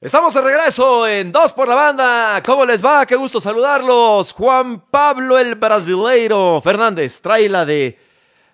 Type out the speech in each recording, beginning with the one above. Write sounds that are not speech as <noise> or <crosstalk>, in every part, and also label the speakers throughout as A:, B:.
A: Estamos de regreso en Dos por la Banda. ¿Cómo les va? Qué gusto saludarlos. Juan Pablo el Brasileiro Fernández trae la de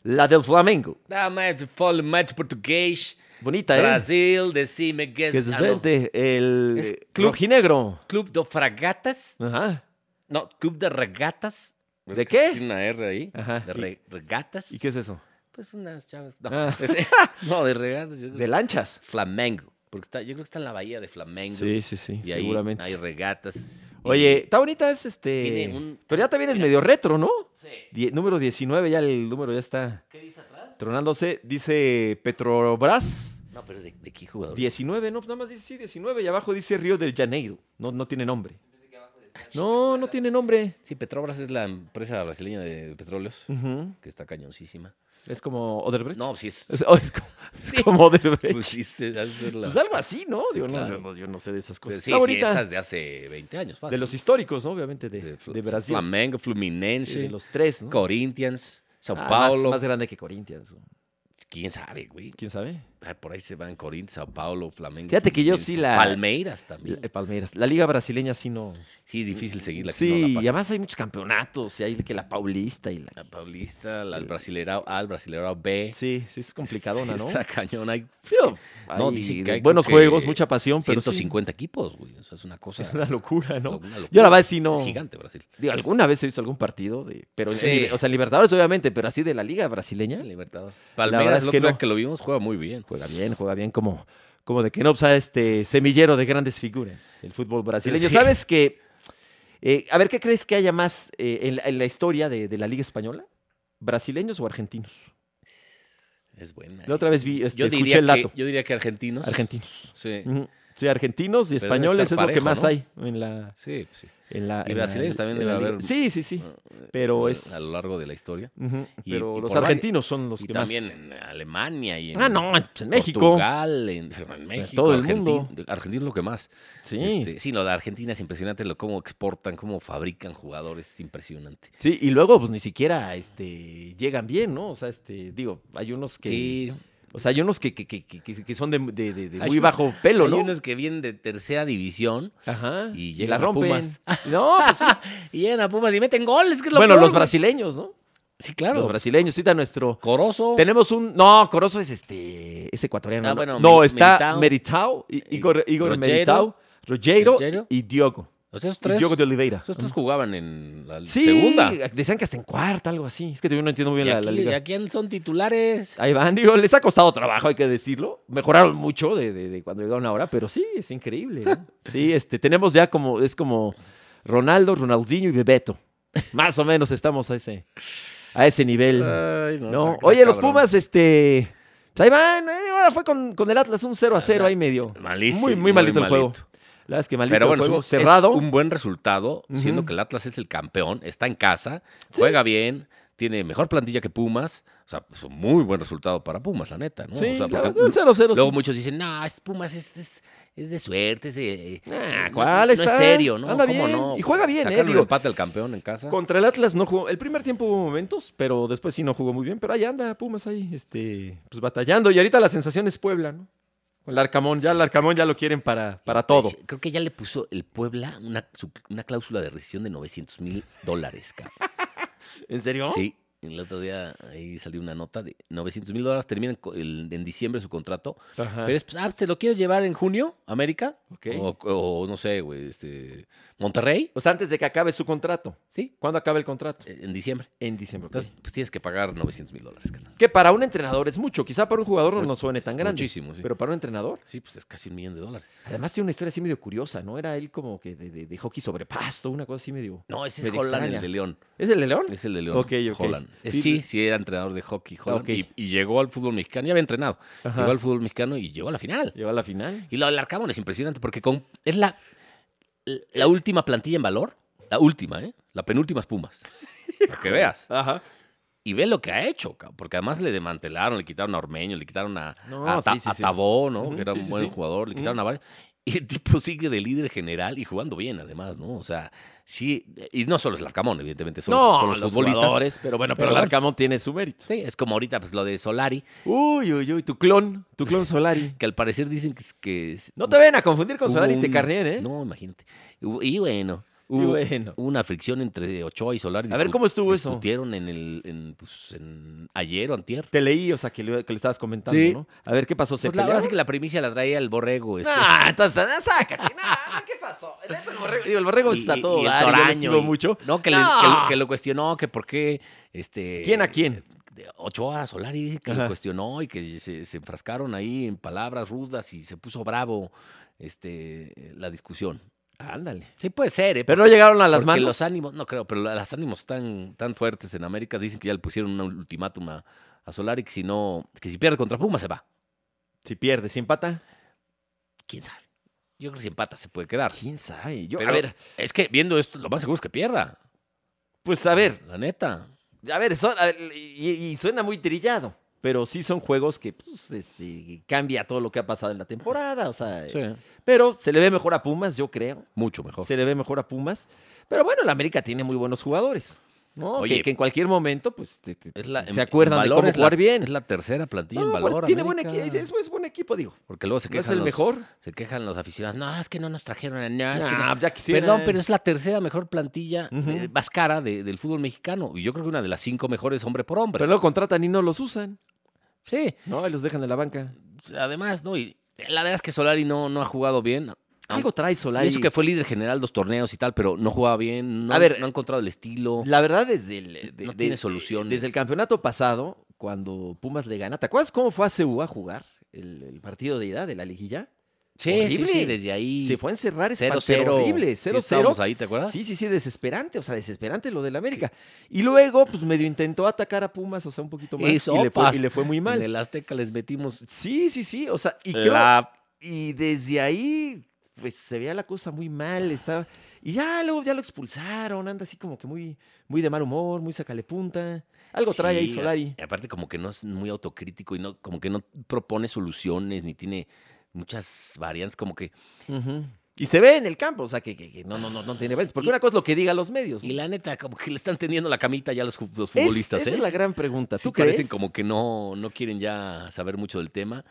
A: la del Flamengo.
B: Dame falo match portugués.
A: Bonita, ¿eh?
B: Brasil, decime qué es.
A: que e- se
B: ah, no.
A: siente el
B: Es
A: eh,
B: club.
A: rojinegro.
B: Club de Fragatas.
A: Ajá.
B: No, Club de Regatas.
A: ¿De qué?
B: Tiene una R ahí.
A: Ajá.
B: De
A: ¿Y-
B: re- regatas.
A: ¿Y qué es eso?
B: Pues unas chavas. No,
A: Ah.
B: <laughs> es- no, de regatas. yo creo.
A: De lanchas.
B: Flamengo. Porque está, yo creo que está en la bahía de Flamengo.
A: sí, sí.
B: Y ahí hay regatas.
A: Oye, está bonita es este.
B: Tiene un-
A: Pero ya también es medio retro, ¿no?
B: Sí.
A: Die- número 19, ya el número ya está
B: ¿Qué dice atrás?
A: tronándose. Dice Petrobras.
B: No, pero ¿de, de qué jugador?
A: 19, no, pues nada más dice sí, 19 y abajo dice Río del Janeiro. No, no tiene nombre. No, no tiene nombre.
B: Sí, Petrobras es la empresa brasileña de, de petróleos.
A: Ujú.
B: Que está cañoncísima.
A: Es como Oderbrecht.
B: No, sí
A: <laughs>
B: es.
A: Es, oh, es como, es
B: Sí.
A: como Oderbrecht.
B: Pues sí, se hace la.
A: Pues algo así, ¿no?
B: Sí,
A: Digo, no,
B: claro.
A: no, no, yo no sé de esas
B: Pues
A: cosas.
B: sí,
A: Está
B: sí,
A: bonita.
B: estas de hace 20 años, fácil.
A: de los históricos, ¿no? obviamente, de,
B: De Fl-
A: de Brasil.
B: Flamengo,
A: Sí,
B: Fluminense,
A: de los tres, ¿no?
B: Corinthians, Sao
A: Ah, más-
B: Paulo.
A: Más, grande que Corinthians. ¿no?
B: ¿Quién sabe, güey?
A: ¿Quién sabe?
B: Ay, por ahí se van Corinthians, Sao Paulo, Flamengo.
A: Fíjate que yo
B: Fluminense,
A: sí la-
B: Palmeiras también.
A: Eh, Palmeiras. La liga brasileña sí no.
B: Sí, es difícil seguirla.
A: sí,
B: no la
A: y
B: pasa.
A: además hay muchos campeonatos. Y hay que la Paulista y la.
B: La Paulista, la, el Brasileirao A, el Brasileirao B.
A: Eh. Sí, sí, es
B: <laughs>
A: complicadona,
B: Sí,
A: ¿no?
B: Está cañón. Hay pues,
A: Digo,
B: No,
A: hay
B: dicen que hay
A: buenos
B: creo que
A: juegos, mucha pasión, pero. sí,
B: 150 equipos, güey. Eso es una cosa.
A: es una locura, <laughs> ¿no?
B: una locura.
A: Yo la verdad sí no.
B: Es gigante Brasil.
A: digo, alguna vez he visto algún partido de. Pero en-
B: Sí.
A: en- o sea, en Libertadores, obviamente, pero así de la Liga Brasileña.
B: Libertadores.
A: verdad
B: Palmeiras,
A: es
B: el
A: que
B: otro día
A: no.
B: que lo vimos, juega muy bien.
A: Juega bien, juega bien como, como de que no, o sea, este semillero de grandes figuras, el fútbol brasileño.
B: Sí.
A: ¿Sabes que eh, a ver, ¿qué crees que haya más eh, en, la- en la historia de, de la Liga Española? ¿Brasileños o argentinos?
B: Es buena.
A: La
B: eh.
A: otra vez vi, este,
B: yo
A: escuché
B: diría,
A: el dato.
B: Que, yo diría que argentinos.
A: Argentinos.
B: Sí.
A: Ujú. Sí, argentinos y
B: Pero deben
A: españoles es
B: estar
A: lo que
B: parejo,
A: más
B: ¿no?
A: hay en la...
B: Sí, pues sí.
A: En la
B: Y
A: en la-
B: brasileños también
A: en
B: debe
A: la liga.
B: haber-
A: Sí, sí, sí. Pero es-
B: eh, A lo largo de la historia.
A: Ujú.
B: y-
A: Pero
B: y
A: los
B: por varios-
A: argentinos son los
B: y
A: que
B: también
A: más...
B: en Alemania y en,
A: Ah, no, pues en México.
B: Portugal, en, en México.
A: todo el
B: Argentina-
A: mundo.
B: Argentina es lo que más.
A: Sí.
B: Este, sí, lo de Argentina es impresionante, lo cómo exportan, cómo fabrican jugadores, es impresionante.
A: Sí, y luego pues ni siquiera este, llegan bien, ¿no? O sea, este, digo, hay unos que...
B: Sí,
A: O sea, hay unos que, que, que, que, que son de, de- de- de
B: Hay
A: muy
B: un-
A: bajo pelo,
B: hay
A: ¿no?
B: unos que vienen de tercera división
A: Ajá.
B: y
A: la
B: llegan a
A: rompen.
B: Pumas.
A: <laughs> No, pues sí.
B: y llegan a Pumas y meten goles, que <laughs> es lo
A: bueno,
B: peor,
A: los
B: güey.
A: brasileños, ¿no?
B: Sí, claro.
A: Los brasileños, cita nuestro.
B: Corozo.
A: <laughs> Tenemos un. No, Corozo es este. Es ecuatoriano.
B: Ah,
A: ¿no?
B: bueno,
A: no,
B: Meri-
A: está
B: Meritao.
A: Meritao,
B: Y-
A: I- Igor, Igor
B: Rogero.
A: Meritao, Rogero,
B: Rogero.
A: y, y Diogo.
B: O sea, esos
A: Y
B: tres,
A: Diogo de Oliveira.
B: esos tres jugaban en la
A: Sí,
B: segunda.
A: decían que hasta en cuarta, algo así. Es que yo no entiendo muy
B: ¿Y
A: bien la, la
B: aquí-
A: liga.
B: ¿y a quién son titulares?
A: Ahí van, digo, les ha costado trabajo, hay que decirlo. Mejoraron mucho de, de- de cuando llegaron ahora, pero sí, es increíble.
B: <laughs>
A: ¿no? Sí, este, tenemos ya como, es como Ronaldo, Ronaldinho y Bebeto. Más o menos estamos a ese, a ese nivel.
B: Ah,
A: ¿no? Oye, los Pumas, este. pues ahí van, eh, ahora fue con, con el Atlas un 0 a 0 ahí medio.
B: Ah, Malísimo,
A: Muy, muy
B: muy
A: malito el juego.
B: malito.
A: La verdad es que malito
B: Pero bueno,
A: el
B: es
A: juego.
B: un,
A: Cerrado.
B: es un buen resultado, siendo
A: Ujú.
B: que el Atlas es el campeón, está en casa,
A: Sí.
B: juega bien, tiene mejor plantilla que Pumas. O sea, es un muy buen resultado para Pumas, la neta, ¿no?
A: Sí,
B: o sea,
A: la
B: porque
A: verdad, un 0 a 0.
B: luego
A: sí.
B: muchos dicen, no, es Pumas es, es, es de suerte, es, eh,
A: Ah,
B: no-
A: ¿cuál
B: no,
A: está?
B: es serio, ¿no?
A: Anda
B: ¿Cómo
A: bien,
B: no?
A: y juega bien, ¿eh?
B: Sacarle
A: Digo-
B: el empate al campeón en casa.
A: Contra el Atlas no jugó. El primer tiempo hubo momentos, pero después sí no jugó muy bien. Pero ahí anda Pumas ahí, este, pues batallando. Y ahorita la sensación es Puebla, ¿no? Con el Arcamón, ya
B: Sí,
A: el
B: sí.
A: Arcamón ya lo quieren para, para todo.
B: Creo que ya le puso el Puebla una, su- una cláusula de rescisión de 900 mil dólares, cabrón.
A: ¿En serio?
B: Sí, el otro día ahí salió una nota de 900 mil dólares, termina en, co- el- en diciembre su contrato.
A: Ajá.
B: Pero es, pues, ah, ¿te lo quieres llevar en junio, América?
A: Ok.
B: O, o no sé, güey, este, Monterrey,
A: O sea, antes de que acabe su contrato.
B: ¿sí?
A: ¿Cuándo acaba el contrato?
B: eh, En diciembre.
A: En diciembre. ok.
B: Entonces, pues tienes que pagar 900 mil dólares, carnal.
A: que para un entrenador es mucho. Quizá para un jugador no, no suene tan
B: Es
A: grande.
B: Muchísimo, sí.
A: Pero para un entrenador.
B: Sí, pues es casi un millón de dólares.
A: Además tiene una historia así medio curiosa, ¿no? Era él como que de, de- de hockey sobre pasto, una cosa así medio...
B: No, ese es
A: Medio
B: Holland,
A: extraña.
B: el de León.
A: ¿Es el de León?
B: Es el de León.
A: Ok, ok.
B: Holland. Eh,
A: Sí,
B: Sí,
A: pues-
B: sí, era entrenador de hockey, Holland.
A: ok.
B: Y, y llegó al fútbol mexicano, ya había entrenado.
A: Ajá.
B: Llegó al fútbol mexicano y llegó a la final.
A: Llegó a la final.
B: Y lo del Arcamón es impresionante porque con, es la, la última plantilla en valor, la última, ¿eh? La penúltima es Pumas. Para que veas.
A: Ajá.
B: Y ve lo que ha hecho, cabrón, porque además le desmantelaron, le quitaron a Ormeño, le quitaron a,
A: No,
B: a Ta-
A: sí, sí,
B: a
A: sí.
B: Tabó, ¿no?
A: Ujú,
B: que era
A: sí,
B: un
A: sí,
B: buen
A: sí.
B: jugador, le
A: Ujú.
B: quitaron a varios. Y el tipo sigue de líder general y jugando bien, además, ¿no? O sea, sí. Y no solo es Larcamón, evidentemente, son,
A: no,
B: son los, futbolistas.
A: pero bueno,
B: pero
A: pero,
B: bueno.
A: Larcamón tiene su mérito.
B: Sí, es como ahorita pues, lo de Solari,
A: Uy, uy, uy, tu clon, tu clon Solari.
B: que al parecer dicen que. es- que es-
A: No te ven a confundir con
B: hubo
A: Solari y te
B: un-
A: carneen, ¿eh?
B: No, imagínate. Hubo- Y bueno.
A: Y
B: Hubo,
A: bueno.
B: hubo una fricción entre Ochoa y Solari.
A: A ver,
B: Discu-
A: ¿cómo estuvo eso?
B: Discutieron en el, en, pues, en ayer o antier.
A: Te leí, o sea, que, lo- que le estabas comentando,
B: Sí.
A: ¿no? A ver, ¿qué pasó? ¿Se
B: Pues la verdad
A: pelearon?
B: es que la primicia la traía el borrego. Este,
A: Ah, entonces, ah, sácate. Nah, ¿qué pasó? El neta, el borrego, digo, el borrego está
B: y-
A: todo
B: y el
A: dar, y yo lo
B: Toraño,
A: sigo
B: y-
A: mucho.
B: No, que, le-
A: No.
B: que lo- que lo cuestionó, que por qué. Este,
A: ¿Quién a quién?
B: de Ochoa Solari dice que lo
A: Ajá.
B: cuestionó y que se, se enfrascaron ahí en palabras rudas y se puso bravo este, la discusión.
A: Ándale.
B: Sí, puede ser, ¿eh?
A: Pero no llegaron a las
B: Porque
A: manos.
B: los ánimos, no creo, pero la- los ánimos tan, tan fuertes en América dicen que ya le pusieron un ultimátum a, a Solari que si no, que si pierde contra Puma se va.
A: Si pierde, si empata.
B: ¿Quién sabe? Yo creo que si empata se puede quedar.
A: ¿Quién sabe? Yo,
B: Pero
A: a ver,
B: es que viendo esto, lo más seguro es que pierda.
A: pues a ver,
B: La neta.
A: a ver, son- a ver, y, y suena muy trillado. Pero sí son juegos que pues, este, cambia todo lo que ha pasado en la temporada. O sea,
B: Sí.
A: pero se le ve mejor a Pumas, yo creo.
B: Mucho mejor.
A: Se le ve mejor a Pumas. Pero bueno, la América tiene muy buenos jugadores. ¿no?
B: Oye.
A: que, que en cualquier momento, pues, te- te-
B: Es la- en-
A: se acuerdan
B: en
A: de
B: valor
A: cómo
B: es la-
A: jugar bien.
B: Es la tercera plantilla en
A: No,
B: valor.
A: pues, tiene buen
B: América.
A: equipo, es, es buen equipo, digo.
B: Porque luego se
A: No
B: quejan.
A: es el
B: los-
A: mejor.
B: Se quejan los aficionados. No, es que no nos trajeron. a- No, es que
A: Nah,
B: no".
A: ya quisieran.
B: Perdón, pero es la tercera mejor plantilla
A: Ujú.
B: eh, más cara de- del fútbol mexicano. Y yo creo que una de las cinco mejores hombre por hombre.
A: Pero luego contratan y no los usan,
B: sí.
A: ¿no? Y los dejan en la banca.
B: Además, ¿no? Y la verdad es que Solari no, no ha jugado bien.
A: Algo trae
B: Y
A: Solari.
B: eso que fue líder general dos torneos y tal, pero no jugaba bien. No,
A: A ver,
B: no ha encontrado el estilo.
A: La verdad, desde el, eh, de-
B: No
A: de-
B: tiene
A: de-
B: soluciones.
A: Desde el campeonato pasado, cuando Pumas le gana, ¿te acuerdas cómo fue a CU a jugar el, el partido de ida de la liguilla?
B: Sí, sí,
A: horrible.
B: sí, desde ahí.
A: Se fue a encerrar, es
B: 0-0.
A: horrible,
B: Sí
A: 0-0.
B: estábamos ahí, ¿te acuerdas?
A: Sí, sí, sí, desesperante, o sea, desesperante lo del América. Y luego, pues medio intentó atacar a Pumas, o sea, un poquito más,
B: Y
A: y, le, fue,
B: sopas.
A: y le fue muy
B: En
A: mal.
B: el Azteca les metimos
A: Sí, sí, sí, o sea, y creo-
B: la
A: y desde ahí, pues se veía la cosa muy mal, estaba... Y ya luego ya lo expulsaron, anda así como que muy, muy de mal humor, muy sacale punta. Algo trae ahí
B: Sí,
A: Solari.
B: a- Aparte, como que no es muy autocrítico y no, como que no propone soluciones ni tiene muchas variantes, como que.
A: Ujú. Y se ve en el campo, o sea, que, que- que no, no, no, no tiene... variantes, Porque
B: eh. Y-
A: una cosa es lo que digan los medios.
B: Y
A: ¿no?
B: la neta, como que le están tendiendo la camita ya a los, ju- los
A: Es-
B: futbolistas,
A: esa
B: ¿eh?
A: es la gran pregunta.
B: Sí
A: ¿Tú crees?
B: parecen como que no, no quieren ya saber mucho del tema.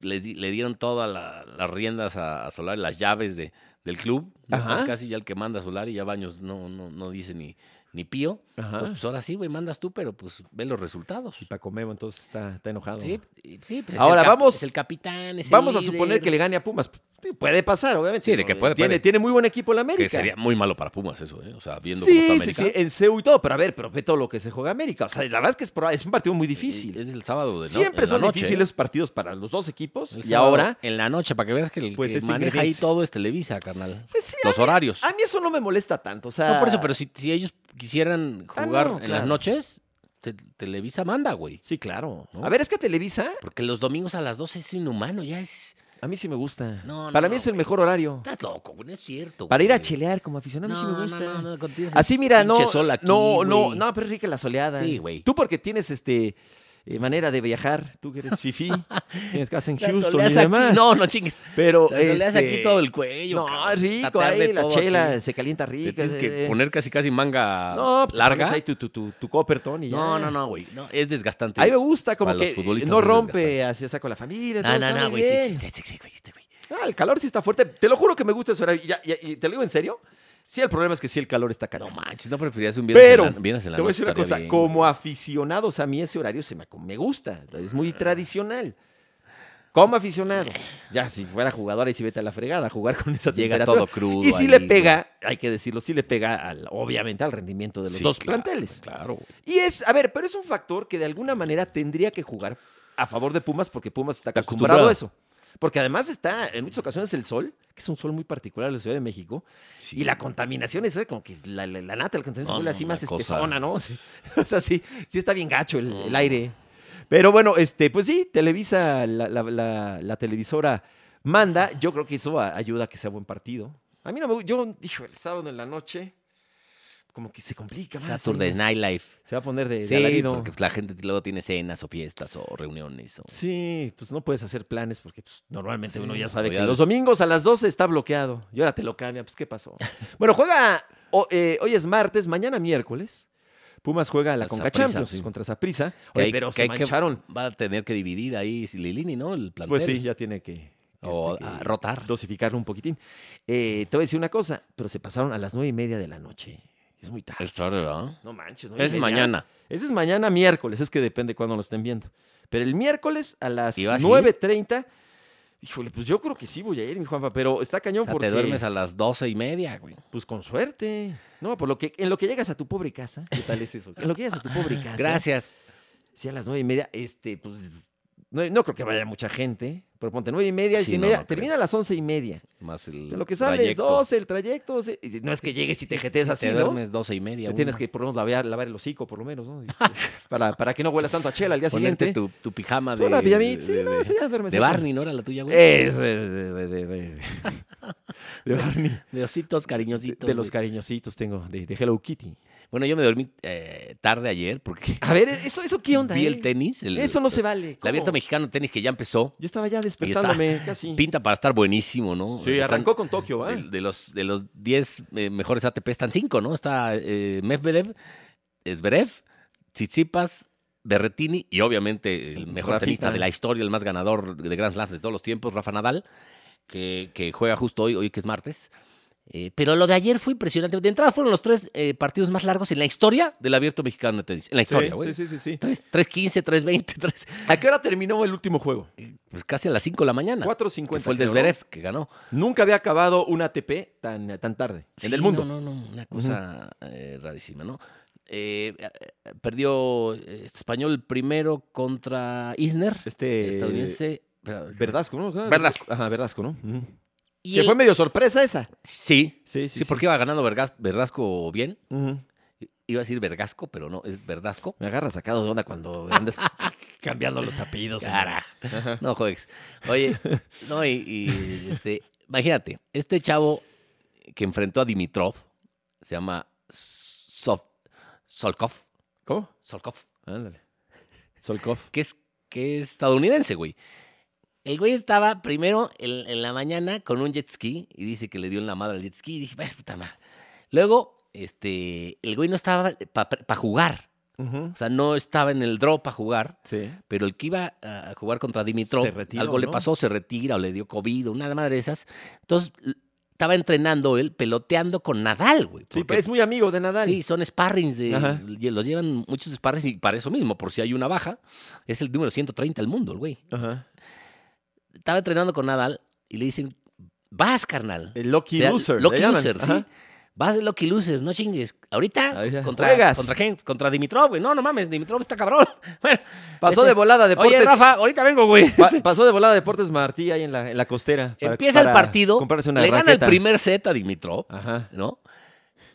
B: Les di- le dieron todas la- las riendas a, a Solari, las llaves de, del club. ¿no?
A: Ajá.
B: Entonces, casi ya el que manda a Solari, ya Baños no, no, no dice ni, ni pío.
A: Ajá.
B: Entonces, pues ahora sí, güey, mandas tú, pero pues ve los resultados.
A: Y Paco Memo entonces está, está enojado.
B: Sí, y- sí, pues, es
A: Ahora,
B: el cap-
A: vamos-
B: es el capitán, es el
A: Vamos a suponer
B: líder.
A: que le gane a Pumas. Sí, Puede pasar, obviamente.
B: Sí, de que puede,
A: Tiene,
B: puede.
A: tiene muy buen equipo el América.
B: Que sería muy malo para Pumas eso, ¿eh? O sea, viendo
A: sí,
B: cómo está
A: sí,
B: América.
A: sí, en Seúl y todo, pero a ver, pero ve todo lo que se juega América. O sea, la verdad es que es, proba- es un partido muy difícil.
B: Es el sábado Eh, de no-
A: Siempre
B: en la
A: son
B: noche,
A: difíciles
B: ¿eh?
A: los partidos para los dos equipos.
B: El
A: Y
B: sábado
A: ahora,
B: En la noche, para que veas que el
A: Pues
B: que
A: este
B: maneja ahí
A: ingrediente.
B: todo es Televisa, carnal.
A: pues sí,
B: Los horarios.
A: a mí eso no me molesta tanto. O sea,
B: No por eso, pero si, si ellos quisieran
A: Ah,
B: jugar
A: no,
B: en las
A: claro.
B: noches, te- Televisa manda, güey.
A: Sí, claro.
B: ¿No?
A: A ver, es que Televisa,
B: Porque los domingos a las 12 es inhumano, ya es.
A: a mí sí me gusta.
B: No, no,
A: para mí
B: no,
A: es el mejor horario.
B: Estás loco, güey, no es cierto.
A: Para ir a
B: güey.
A: chelear como aficionado, a mí sí me gusta.
B: no, no, cuando tienes
A: Así, mira, no.
B: pinche sol aquí,
A: no, no,
B: güey.
A: no, pero es rica la soleada.
B: Sí, güey.
A: Tú porque tienes este. eh, manera de viajar, tú
B: <laughs>
A: que eres fifí, tienes casa en
B: Las
A: Houston
B: soleas
A: y
B: aquí-
A: demás.
B: No, no chingues.
A: pero
B: Las soleas aquí
A: este,
B: todo el cuello.
A: No,
B: cabrón,
A: es rico,
B: tatear de
A: ahí la
B: todo aquí.
A: chela se calienta rica.
B: Te tienes que
A: eh.
B: poner casi casi manga
A: no, pues,
B: larga.
A: pones ahí tu, tu, tu, tu Copperton y ya.
B: No, no, no, güey. No, es desgastante.
A: A mí me gusta como
B: Para los
A: que
B: futbolistas
A: no
B: es
A: rompe, así, o sea, con la familia.
B: No,
A: todo
B: no,
A: está
B: no,
A: muy
B: güey. Sí,
A: bien.
B: sí, sí, sí, güey, este güey.
A: Ah, el calor sí está fuerte. Te lo juro que me gusta ese horario. Y, ya- y- y te lo digo en serio. Sí, el problema es que sí el calor está
B: No
A: caro.
B: manches, no preferirías un viernes
A: Pero
B: en la, viernes en la
A: te voy a
B: noche
A: decir una
B: estaría
A: cosa.
B: bien, güey.
A: como aficionados, a mí ese horario se me, acom- me gusta. Es muy tradicional. Como aficionado. Ya, si fuera jugador, ahí sí vete a la fregada a jugar con esa
B: Llegas
A: temperatura.
B: todo crudo.
A: Y sí
B: ahí,
A: le
B: güey.
A: pega, hay que decirlo, sí le pega, al, obviamente, al rendimiento de los
B: Sí,
A: dos
B: claro,
A: planteles.
B: Claro. güey.
A: Y es, a ver, pero es un factor que de alguna manera tendría que jugar a favor de Pumas porque Pumas está acostumbrado a eso. Porque además está, en muchas ocasiones, el sol, que es un sol muy particular de la Ciudad de México, y la contaminación es ¿sabes? como que la, la, la nata, la contaminación se
B: No,
A: vuelve
B: no,
A: así
B: una
A: más
B: cosa.
A: espesona, ¿no? <laughs> O sea, sí, sí está bien gacho el,
B: No,
A: el
B: no.
A: aire. Pero bueno, este, pues sí, Televisa, la, la- la- la televisora manda. Yo creo que eso a- ayuda a que sea buen partido. A mí no me gusta. Yo, dijo, el sábado en la noche. como que se complica más.
B: Saturday
A: hombre.
B: Night Live.
A: Se va a poner de, de
B: Sí,
A: alarido.
B: porque pues, la gente luego tiene cenas o fiestas o reuniones. o-
A: Sí, pues no puedes hacer planes porque pues, normalmente
B: Sí,
A: uno ya sabe
B: o
A: que
B: ya-
A: los domingos a las 12 está bloqueado. Y ahora te lo cambia, pues ¿qué
B: <laughs>
A: pasó? Bueno, juega, o- eh, hoy es martes, mañana miércoles. Pumas juega a la
B: Al
A: Conca
B: Saprissa,
A: Champions
B: sí.
A: contra Saprisa.
B: que hay-
A: pero
B: que
A: se
B: hay que-
A: mancharon.
B: va a tener que dividir ahí Lilini, ¿no? El plantel.
A: Pues sí, ya tiene que, que
B: O
A: este, que
B: a rotar.
A: dosificarlo un poquitín. Eh, te voy a decir una cosa, pero se pasaron a las nueve y media de la noche. Es muy tarde.
B: Es tarde, ¿verdad?
A: No manches, nueve y
B: Es
A: media.
B: mañana.
A: Ese es mañana miércoles, es que depende cuándo lo estén viendo. Pero el miércoles a las
B: ¿Y vas a ir?
A: 9.30, híjole, pues yo creo que sí voy a ir, mi Juanpa, pero está cañón
B: O sea,
A: porque...
B: te duermes a las doce y media, güey.
A: Pues con suerte. No, por lo que, en lo que llegas a tu pobre casa, ¿qué tal es eso? En lo que llegas a tu pobre casa.
B: Gracias.
A: Sí, a las nueve y media, este, pues, no, no creo que vaya mucha gente, pero ponte nueve y media, diez
B: Sí,
A: y
B: no,
A: media,
B: no creo.
A: termina a las once y media.
B: Más el
A: De lo que sale es
B: trayecto.
A: 12, el trayecto, doce, y no es que llegues y te jetees así,
B: Te
A: ¿no?
B: duermes doce y
A: Te
B: media. una.
A: tienes que por lo menos lavar, lavar el hocico, por lo menos, ¿no? <laughs> para, para que no huelas tanto a chela al día
B: Ponerte
A: siguiente.
B: tu, tu pijama de,
A: Hola, Villamil.
B: de-
A: Sí,
B: de-
A: no,
B: de-
A: sí, ya duermes
B: de
A: ahí.
B: Barney, ¿no era la tuya, güey?
A: Es de, de, de, de, de- <laughs> de Barney.
B: De ositos cariñositos.
A: De los
B: güey.
A: cariñositos tengo, de, de Hello Kitty.
B: Bueno, yo me dormí eh, tarde ayer porque
A: A ver, ¿eso, eso Ah, qué onda?
B: vi
A: eh?
B: el tenis. el-
A: Eso no se vale.
B: El
A: ¿cómo?
B: abierto mexicano de tenis que ya empezó.
A: Yo estaba ya despertándome <laughs> casi.
B: Pinta para estar buenísimo, ¿no?
A: Sí,
B: Están-
A: arrancó con Tokio, ¿eh?
B: De, de los de los 10 eh, mejores ATP están 5, ¿no? Está eh, Medvedev, Zverev, Tsitsipas, Berretini y obviamente el mejor
A: Rafita.
B: tenista de la historia, el más ganador de Grand Slams de todos los tiempos, Rafa Nadal, que, que juega justo hoy, hoy que es martes. Eh, pero lo de ayer fue impresionante. De entrada fueron los tres eh, partidos más largos en la historia del Abierto Mexicano de Tenis. En la historia, güey.
A: sí, sí, sí, sí.
B: 3, 3.15, <laughs> 3.20, 3,
A: ¿A qué hora terminó el último juego?
B: pues casi a las 5 de la mañana. que
A: 4.50.
B: fue el de
A: creo, ¿no?
B: Zverev que ganó.
A: Nunca había acabado un ATP tan, tan tarde en
B: Sí,
A: el mundo.
B: No, no, no, una cosa eh, rarísima, ¿no? Eh, eh, eh, perdió eh, este español primero contra Isner,
A: Este
B: estadounidense. espera,
A: Verdasco, ¿no?
B: Verdasco.
A: Ajá, Verdasco, ¿no? Ujú.
B: y
A: Que
B: el-
A: fue medio sorpresa esa.
B: Sí,
A: Sí,
B: sí, porque iba ganando Vergas- Verdasco bien.
A: Ujú.
B: Iba a decir Vergasco, pero no, es Verdasco.
A: Me agarra sacado de onda cuando
B: <laughs>
A: andas cambiando los apellidos. hombre.
B: Carajo. No, juegues. Oye,
A: <laughs>
B: no, y, y, este, imagínate, este chavo que enfrentó a Dimitrov se llama Sof- Solkov.
A: ¿Cómo?
B: Solkov.
A: Ándale. Solkov.
B: que es, que es estadounidense, güey. El güey estaba primero en, en la mañana con un jet ski y dice que le dio en la madre al jet ski y dije, "Vaya puta madre". Luego, este, el güey no estaba para jugar. O sea, no estaba en el draw para jugar,
A: Sí.
B: pero el que iba a jugar contra Dimitrov,
A: Se retiró,
B: algo le
A: ¿no?
B: pasó, se retira o le dio COVID o una madre de esas. Entonces, l- estaba entrenando él, peloteando con Nadal, güey.
A: Sí,
B: porque-
A: pero es muy amigo de Nadal.
B: Sí, son sparrings. De,
A: Ajá.
B: y los llevan muchos sparrings y para eso mismo, por si hay una baja. Es el número 130 del mundo, el güey.
A: Ajá.
B: Estaba entrenando con Nadal y le dicen, vas, carnal.
A: El Eh, Lucky
B: O sea,
A: Loser.
B: Lucky
A: le llaman.
B: loser, sí.
A: Ajá.
B: Vas de Lucky Loser, no chingues. Ahorita,
A: Ahorita.
B: contra,
A: Juegas.
B: ¿contra quién? Contra Dimitrov, güey. No, no mames, Dimitrov está cabrón. Bueno,
A: Pasó de volada <laughs> Deportes. <laughs>
B: Oye, Rafa, ahorita vengo, güey.
A: Este, pa- pasó de volada Deportes Martí ahí en la, en la costera. para-
B: Empieza el
A: para
B: partido,
A: Comprarse una
B: le gana el
A: raqueta.
B: primer set a Dimitrov.
A: Ajá.
B: ¿no?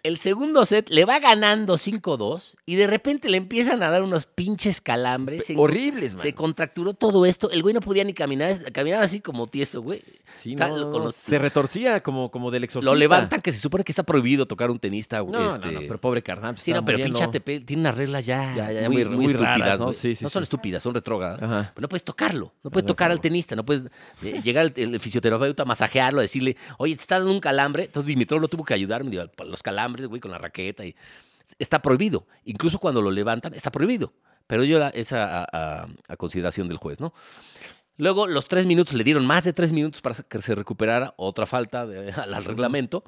B: El segundo set le va ganando 5-2 y de repente le empiezan a dar unos pinches calambres. Se,
A: Horribles, man.
B: se contracturó todo esto. El güey no podía ni caminar, es- caminaba así como tieso, güey.
A: Sí,
B: Está
A: no, no,
B: con
A: no,
B: los-
A: Se retorcía como, como del exorcista.
B: Lo levantan, que se supone que está prohibido tocar un tenista.
A: No,
B: güey,
A: no,
B: este,
A: no, pero pobre carnal. pues,
B: Sí, no,
A: estaba
B: pero
A: muriendo.
B: pinche ATP tiene unas reglas ya,
A: Ya, ya, ya
B: muy,
A: muy-
B: muy
A: muy
B: estúpidas,
A: raras, ¿no?
B: güey.
A: Sí, sí,
B: no
A: sí.
B: son estúpidas, son retrógradas.
A: Ajá.
B: Pero no puedes tocarlo, no
A: Ah,
B: puedes
A: no,
B: tocar al
A: no.
B: tenista, no puedes eh, llegar el, el fisioterapeuta, masajearlo, decirle, oye, te está dando un calambre. Entonces Dimitrov lo tuvo que ayudar, me dio los calambres, güey, con la raqueta. y Está prohibido. Incluso cuando lo levantan, está prohibido. Pero yo la- esa a, a- a consideración del juez, ¿no? Luego, los tres minutos, le dieron más de tres minutos para que se recuperara otra falta de- <laughs> al al reglamento.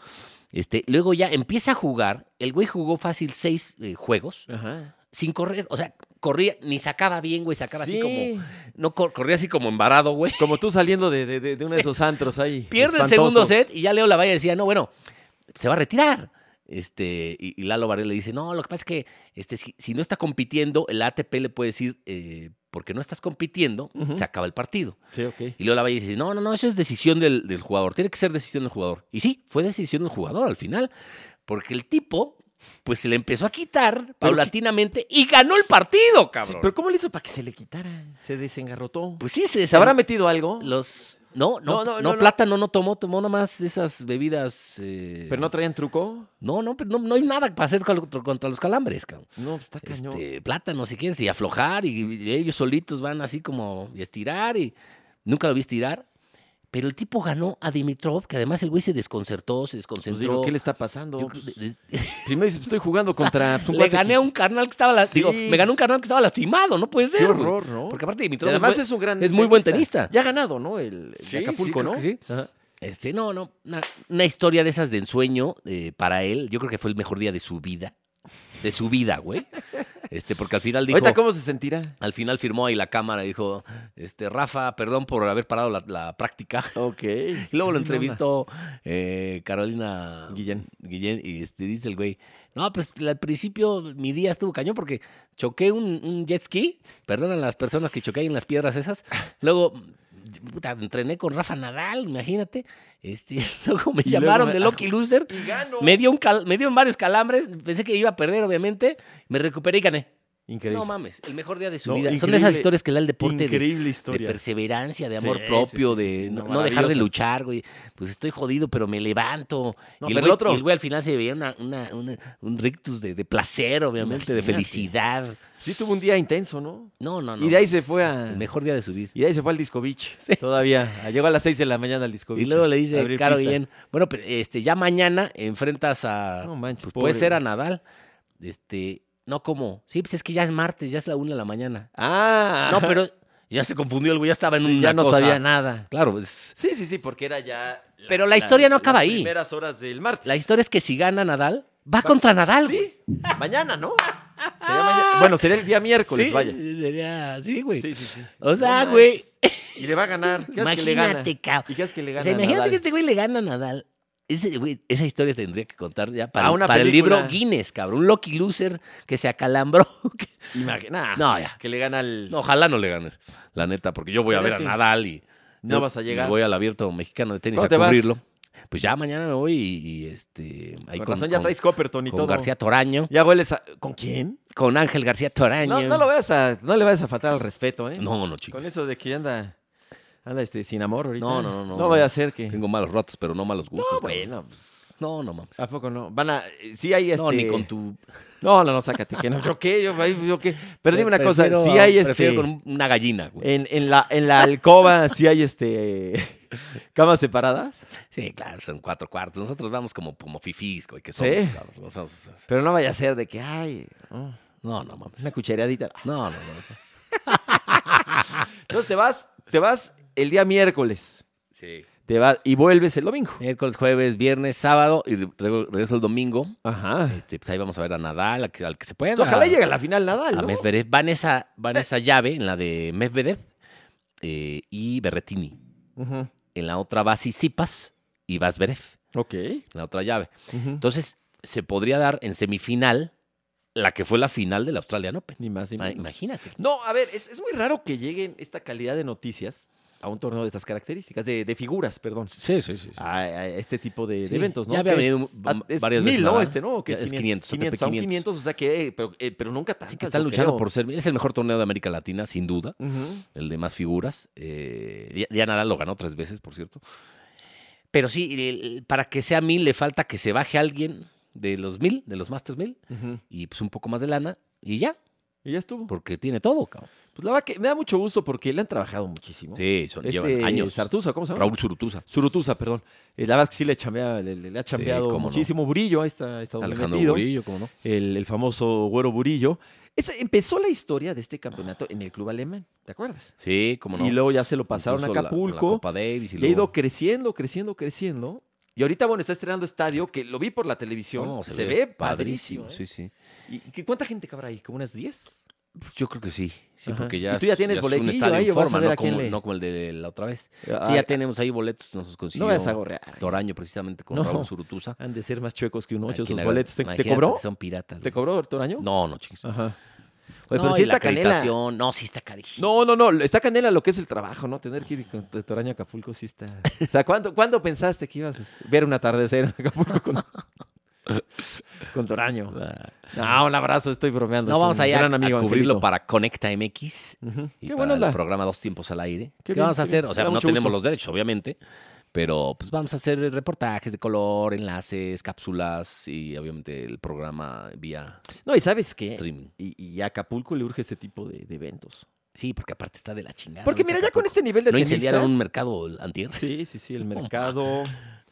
B: Este, luego ya empieza a jugar. El güey jugó fácil seis eh, juegos
A: Ajá.
B: sin correr. O sea, corría, ni sacaba bien, güey, sacaba
A: Sí.
B: así como. No cor- corría así como embarado, güey.
A: Como tú saliendo de, de- de- de uno de esos antros ahí.
B: Pierde el segundo
A: espantosos.
B: set y ya Leo Lavalle decía, no, bueno, se va a retirar. Este, y, y Lalo Varela le dice, no, lo que pasa es que este, si, si no está compitiendo, el ATP le puede decir, eh, porque no estás compitiendo,
A: Ujú.
B: se acaba el partido.
A: Sí, ok.
B: Y luego la Valle dice, no, no, no, eso es decisión del, del jugador, tiene que ser decisión del jugador. Y sí, fue decisión del jugador al final, porque el tipo pues se le empezó a quitar paulatinamente y ganó el partido, cabrón.
A: Sí, pero ¿cómo le hizo para que se le quitara? Se desengarrotó.
B: Pues sí, se,
A: ¿Se habrá metido algo?
B: los no, no,
A: No, no,
B: no,
A: no, no.
B: plátano no tomó, tomó nomás esas bebidas. eh,
A: ¿Pero no traían truco?
B: no, no, pero no, no hay nada para hacer contra, contra los calambres, cabrón.
A: No, pues, está cañón.
B: Este, plátano, si quieres, y aflojar, y, y ellos solitos van así como y estirar, y nunca lo vi estirar. Pero el tipo ganó a Dimitrov, que además el güey se desconcertó, se
A: Pues
B: desconcentró.
A: digo, ¿qué le está pasando?
B: Yo-
A: Pues,
B: de-
A: primero dices, pues, estoy
B: <laughs>
A: jugando contra... pues, un
B: le
A: cuate
B: gané
A: que-
B: a un carnal que estaba la-
A: Sí.
B: digo, me ganó un carnal que estaba lastimado, no puede ser.
A: Qué
B: güey.
A: horror, ¿no?
B: Porque aparte Dimitrov
A: Y además
B: es,
A: es un gran
B: es muy buen tenista.
A: Ya ha ganado, ¿no? El, el de
B: Sí, sí,
A: Acapulco,
B: creo
A: ¿no?
B: que sí.
A: Ajá.
B: este, no, no, una, una historia de esas de ensueño eh, para él. Yo creo que fue el mejor día de su vida, de su vida, güey. Este, porque al final dijo,
A: Ahorita, ¿cómo se sentirá?
B: al final firmó ahí la cámara y dijo, este, Rafa, perdón por haber parado la, la práctica. <laughs>
A: Ok.
B: Y luego lo
A: Qué buena onda.
B: entrevistó eh, Carolina
A: <laughs> Guillén.
B: Guillén, y este, dice el güey, no, pues al principio mi día estuvo cañón porque choqué un, un jet ski, perdonan las personas que choqué ahí en las
A: <laughs>
B: piedras esas, luego mm, puta, entrené con Rafa Nadal, imagínate, este, <laughs> luego me
A: Y luego
B: llamaron
A: me-
B: de
A: <laughs>
B: Lucky Loser,
A: Y gano.
B: me dio, un cal- me dieron varios calambres, pensé que iba a perder obviamente, me recuperé y gané.
A: Increíble.
B: No mames, el mejor día de su
A: No,
B: vida. Son de esas
A: increíble,
B: historias que le da el deporte de,
A: Increíble
B: de
A: historia.
B: perseverancia, de
A: Sí,
B: amor
A: sí,
B: propio,
A: sí, sí,
B: de
A: sí,
B: no,
A: no,
B: no dejar de
A: maravilloso.
B: luchar, güey. Pues estoy jodido, pero me levanto.
A: No,
B: y, el
A: pero el
B: güey,
A: otro-
B: y el güey al final se veía una, una- una- un rictus de, de placer, obviamente, de
A: Imagínate.
B: felicidad.
A: Sí tuvo un día intenso, ¿no?
B: No, no,
A: Y
B: no.
A: de ahí
B: no,
A: se
B: es
A: fue a-
B: El mejor día de su vida.
A: Y de ahí se fue al Disco Beach. Todavía. Ah, Llegó a las 6 de la mañana al Disco
B: Y
A: Beach.
B: luego le
A: a
B: dice
A: abrir
B: Caro
A: pista.
B: Guillén, bueno, pero este, ya mañana enfrentas a...
A: No manches,
B: pues
A: Ah, pobre,
B: puede ser a
A: güey.
B: Nadal. Este, no como... Sí, pues es que ya es martes, ya es la una de la mañana.
A: Ah.
B: No, <laughs> pero ya se confundió el güey, ya estaba en
A: Sí,
B: un
A: ya no sabía nada.
B: Claro, es...
A: Sí, sí, sí, porque era ya.
B: Pero la historia no acaba
A: las
B: ahí.
A: primeras horas del martes.
B: La historia es que si gana Nadal, va contra Nadal. güey.
A: Sí. mañana, ¿no? Sería <laughs> maña- Bueno, sería el día miércoles,
B: Sí,
A: vaya.
B: Sería, sí, güey.
A: Sí, sí, sí.
B: O sea,
A: No
B: güey.
A: manches. Y le va a ganar. ¿Qué haces que le gana?
B: Imagínate, cabrón.
A: ¿Y qué haces que le
B: O
A: gana?
B: sea, imagínate
A: Nadal?
B: que este güey le gana a Nadal. Ese, güey, esa historia tendría que contar ya para,
A: A
B: el-
A: una
B: para el libro
A: película.
B: Guinness, cabrón. Un lucky loser que
A: <laughs>
B: se acalambró. que-
A: Imagina.
B: este- No, ya.
A: Que le gana al.
B: No, ojalá no le ganes, la neta, porque yo voy a ver a
A: Estaría así.
B: Nadal y
A: No
B: yo
A: vas a llegar.
B: voy al abierto mexicano de tenis
A: ¿Cuándo
B: a
A: te vas?
B: cubrirlo. Pues ya mañana me voy y, y, este ahí
A: Con razón, ya traes Copperton y
B: con
A: todo.
B: García Toraño,
A: Ya hueles a. ¿Con quién?
B: con Ángel García Toraño.
A: No, no lo vayas a. No le vayas a faltar al respeto, ¿eh?
B: No, no, chicos.
A: Con eso de que anda. Anda este, sin amor ahorita.
B: No, no, no, no.
A: No vaya a ser que.
B: Tengo malos ratos, pero no malos gustos.
A: No,
B: cabrón.
A: bueno. pues,
B: No, no mames.
A: ¿A poco no? Van a. eh, Sí, hay este.
B: No, ni con tu.
A: No, no, no, sácate. Que no. ¿Yo qué? Yo, yo qué. Pero dime una cosa.
B: Prefiero-
A: Si hay este.
B: prefiero con un- una gallina, güey.
A: En, en la, en la alcoba sí hay este <laughs> camas separadas,
B: Sí, claro, son cuatro cuartos. Nosotros vamos como, como fifís, güey, que
A: Sí.
B: somos, cabrón. No, somos-
A: pero no vaya a ser de que ay, oh,
B: no, no mames.
A: una cucharadita.
B: No, no, no.
A: Entonces te vas, te vas el día miércoles,
B: Sí.
A: te vas y vuelves el domingo.
B: Miércoles, jueves, viernes, sábado y re- regreso el domingo.
A: Ajá.
B: Este, pues ahí vamos a ver a Nadal, a que- al que se pueda.
A: Ojalá llegue a la final Nadal,
B: A
A: ¿no?
B: Medvedev. Van esa, van esa llave en la de Medvedev eh, y Berretini.
A: Ujú.
B: En la otra va Sipas y Vasberev.
A: Ok.
B: En la otra llave.
A: Ujú.
B: Entonces, se podría dar en semifinal la que fue la final del Australian Open.
A: Ni más ni
B: Ma-
A: menos.
B: Imagínate.
A: No, a ver, es, es muy raro que lleguen esta calidad de noticias a un torneo de estas características, de, de figuras, perdón. <laughs>
B: Sí, sí, sí.
A: A, a este tipo de, de
B: Sí,
A: eventos, ¿no?
B: ya había
A: Que
B: venido
A: es-
B: m-
A: es
B: varias veces
A: mil, ¿no?
B: Nadal.
A: Este, ¿no? Que es
B: Ya es
A: 500.
B: 500,
A: 500, aún
B: 500.
A: 500, o sea que, eh, pero, eh, pero nunca tantas.
B: Así que están
A: yo
B: luchando
A: creo.
B: por ser. Es el mejor torneo de América Latina, sin duda.
A: Ujú.
B: El de más figuras. Eh, ya, ya Nadal lo ganó tres veces, por cierto. Pero sí, el- el- para que sea mil, le falta que se baje alguien de los mil, de los Masters mil,
A: Ujú.
B: y pues un poco más de lana, y ya,
A: Y ya estuvo.
B: porque tiene todo, cabrón.
A: Pues la verdad que me da mucho gusto porque le han trabajado muchísimo.
B: Sí, son,
A: Este,
B: llevan años.
A: Sartusa, ¿cómo se llama?
B: Raúl Surutusa.
A: Surutusa, perdón. Eh, la verdad es que sí le, chambea- le, le- le ha chambeado
B: cómo no.
A: muchísimo brillo a esta, a esta doble
B: Alejandro
A: metido.
B: Murillo, ¿cómo no?
A: El, el famoso güero burillo. Esa- empezó la historia de este campeonato en el club alemán, ¿te acuerdas?
B: Sí, cómo no.
A: Y luego ya se lo pasaron
B: Incluso
A: a
B: la- la
A: Acapulco.
B: Copa Davis y
A: y ha ido
B: luego-
A: creciendo, creciendo, creciendo. Y ahorita, bueno, está estrenando estadio, que lo vi por la televisión.
B: Este No,
A: se, ve padrísimo. ¿eh?
B: Sí, sí.
A: ¿Y qué- cuánta gente cabrá ahí? ¿Como unas 10?
B: Pues yo creo que sí. Sí,
A: Ajá.
B: porque ya.
A: Y tú ya
B: es-
A: tienes
B: es un
A: boletillo
B: estadio
A: ahí,
B: en
A: o vas a
B: forma,
A: ver
B: no
A: a quién
B: como,
A: le- Ah,
B: no como el de la otra vez. Sí, ya tenemos ahí boletos, nos consiguió.
A: No vayas a gorrear.
B: Toraño, precisamente, con
A: No.
B: Raúl Surutusa.
A: Han de ser más chuecos que un
B: A
A: 8
B: quien
A: esos
B: agra-
A: boletos. ¿Te, te
B: imagínate
A: cobró?
B: que Son piratas.
A: ¿Te
B: güey.
A: cobró Toraño?
B: No, no, chicos.
A: Ajá. Oye,
B: No,
A: pero
B: y
A: sí
B: la
A: está Canela.
B: acreditación, No, sí está carísimo.
A: No, no, no. Está Canela lo que es el trabajo, ¿no? Tener que ir con de Toraño a Acapulco sí está. O sea, ¿cuándo, cuándo pensaste que ibas a ver un atardecer en Acapulco? con- Con Toraño. No, un abrazo, estoy bromeando.
B: Ah. No,
A: es
B: vamos
A: un
B: allá
A: gran
B: a
A: amigo,
B: cubrirlo
A: Angelito.
B: para Conecta MX
A: Ujú. Qué
B: y para
A: buena
B: el
A: onda.
B: programa Dos Tiempos al Aire. ¿Qué,
A: Qué bien,
B: vamos a
A: qué
B: hacer?
A: bien.
B: O
A: Me
B: sea,
A: da
B: no
A: mucho
B: tenemos
A: gusto.
B: los derechos, obviamente, pero pues vamos a hacer reportajes de color, enlaces, cápsulas y obviamente el programa vía
A: No, y sabes qué.
B: streaming.
A: Y, y a Acapulco le urge ese tipo de, de eventos.
B: Sí, porque aparte está de la chingada.
A: Porque
B: ahorita
A: mira, ya con
B: Acapulco.
A: este nivel de
B: ¿No incendiaron
A: tenistas-
B: un mercado el antier?
A: Sí, sí, sí, el
B: No
A: mercado.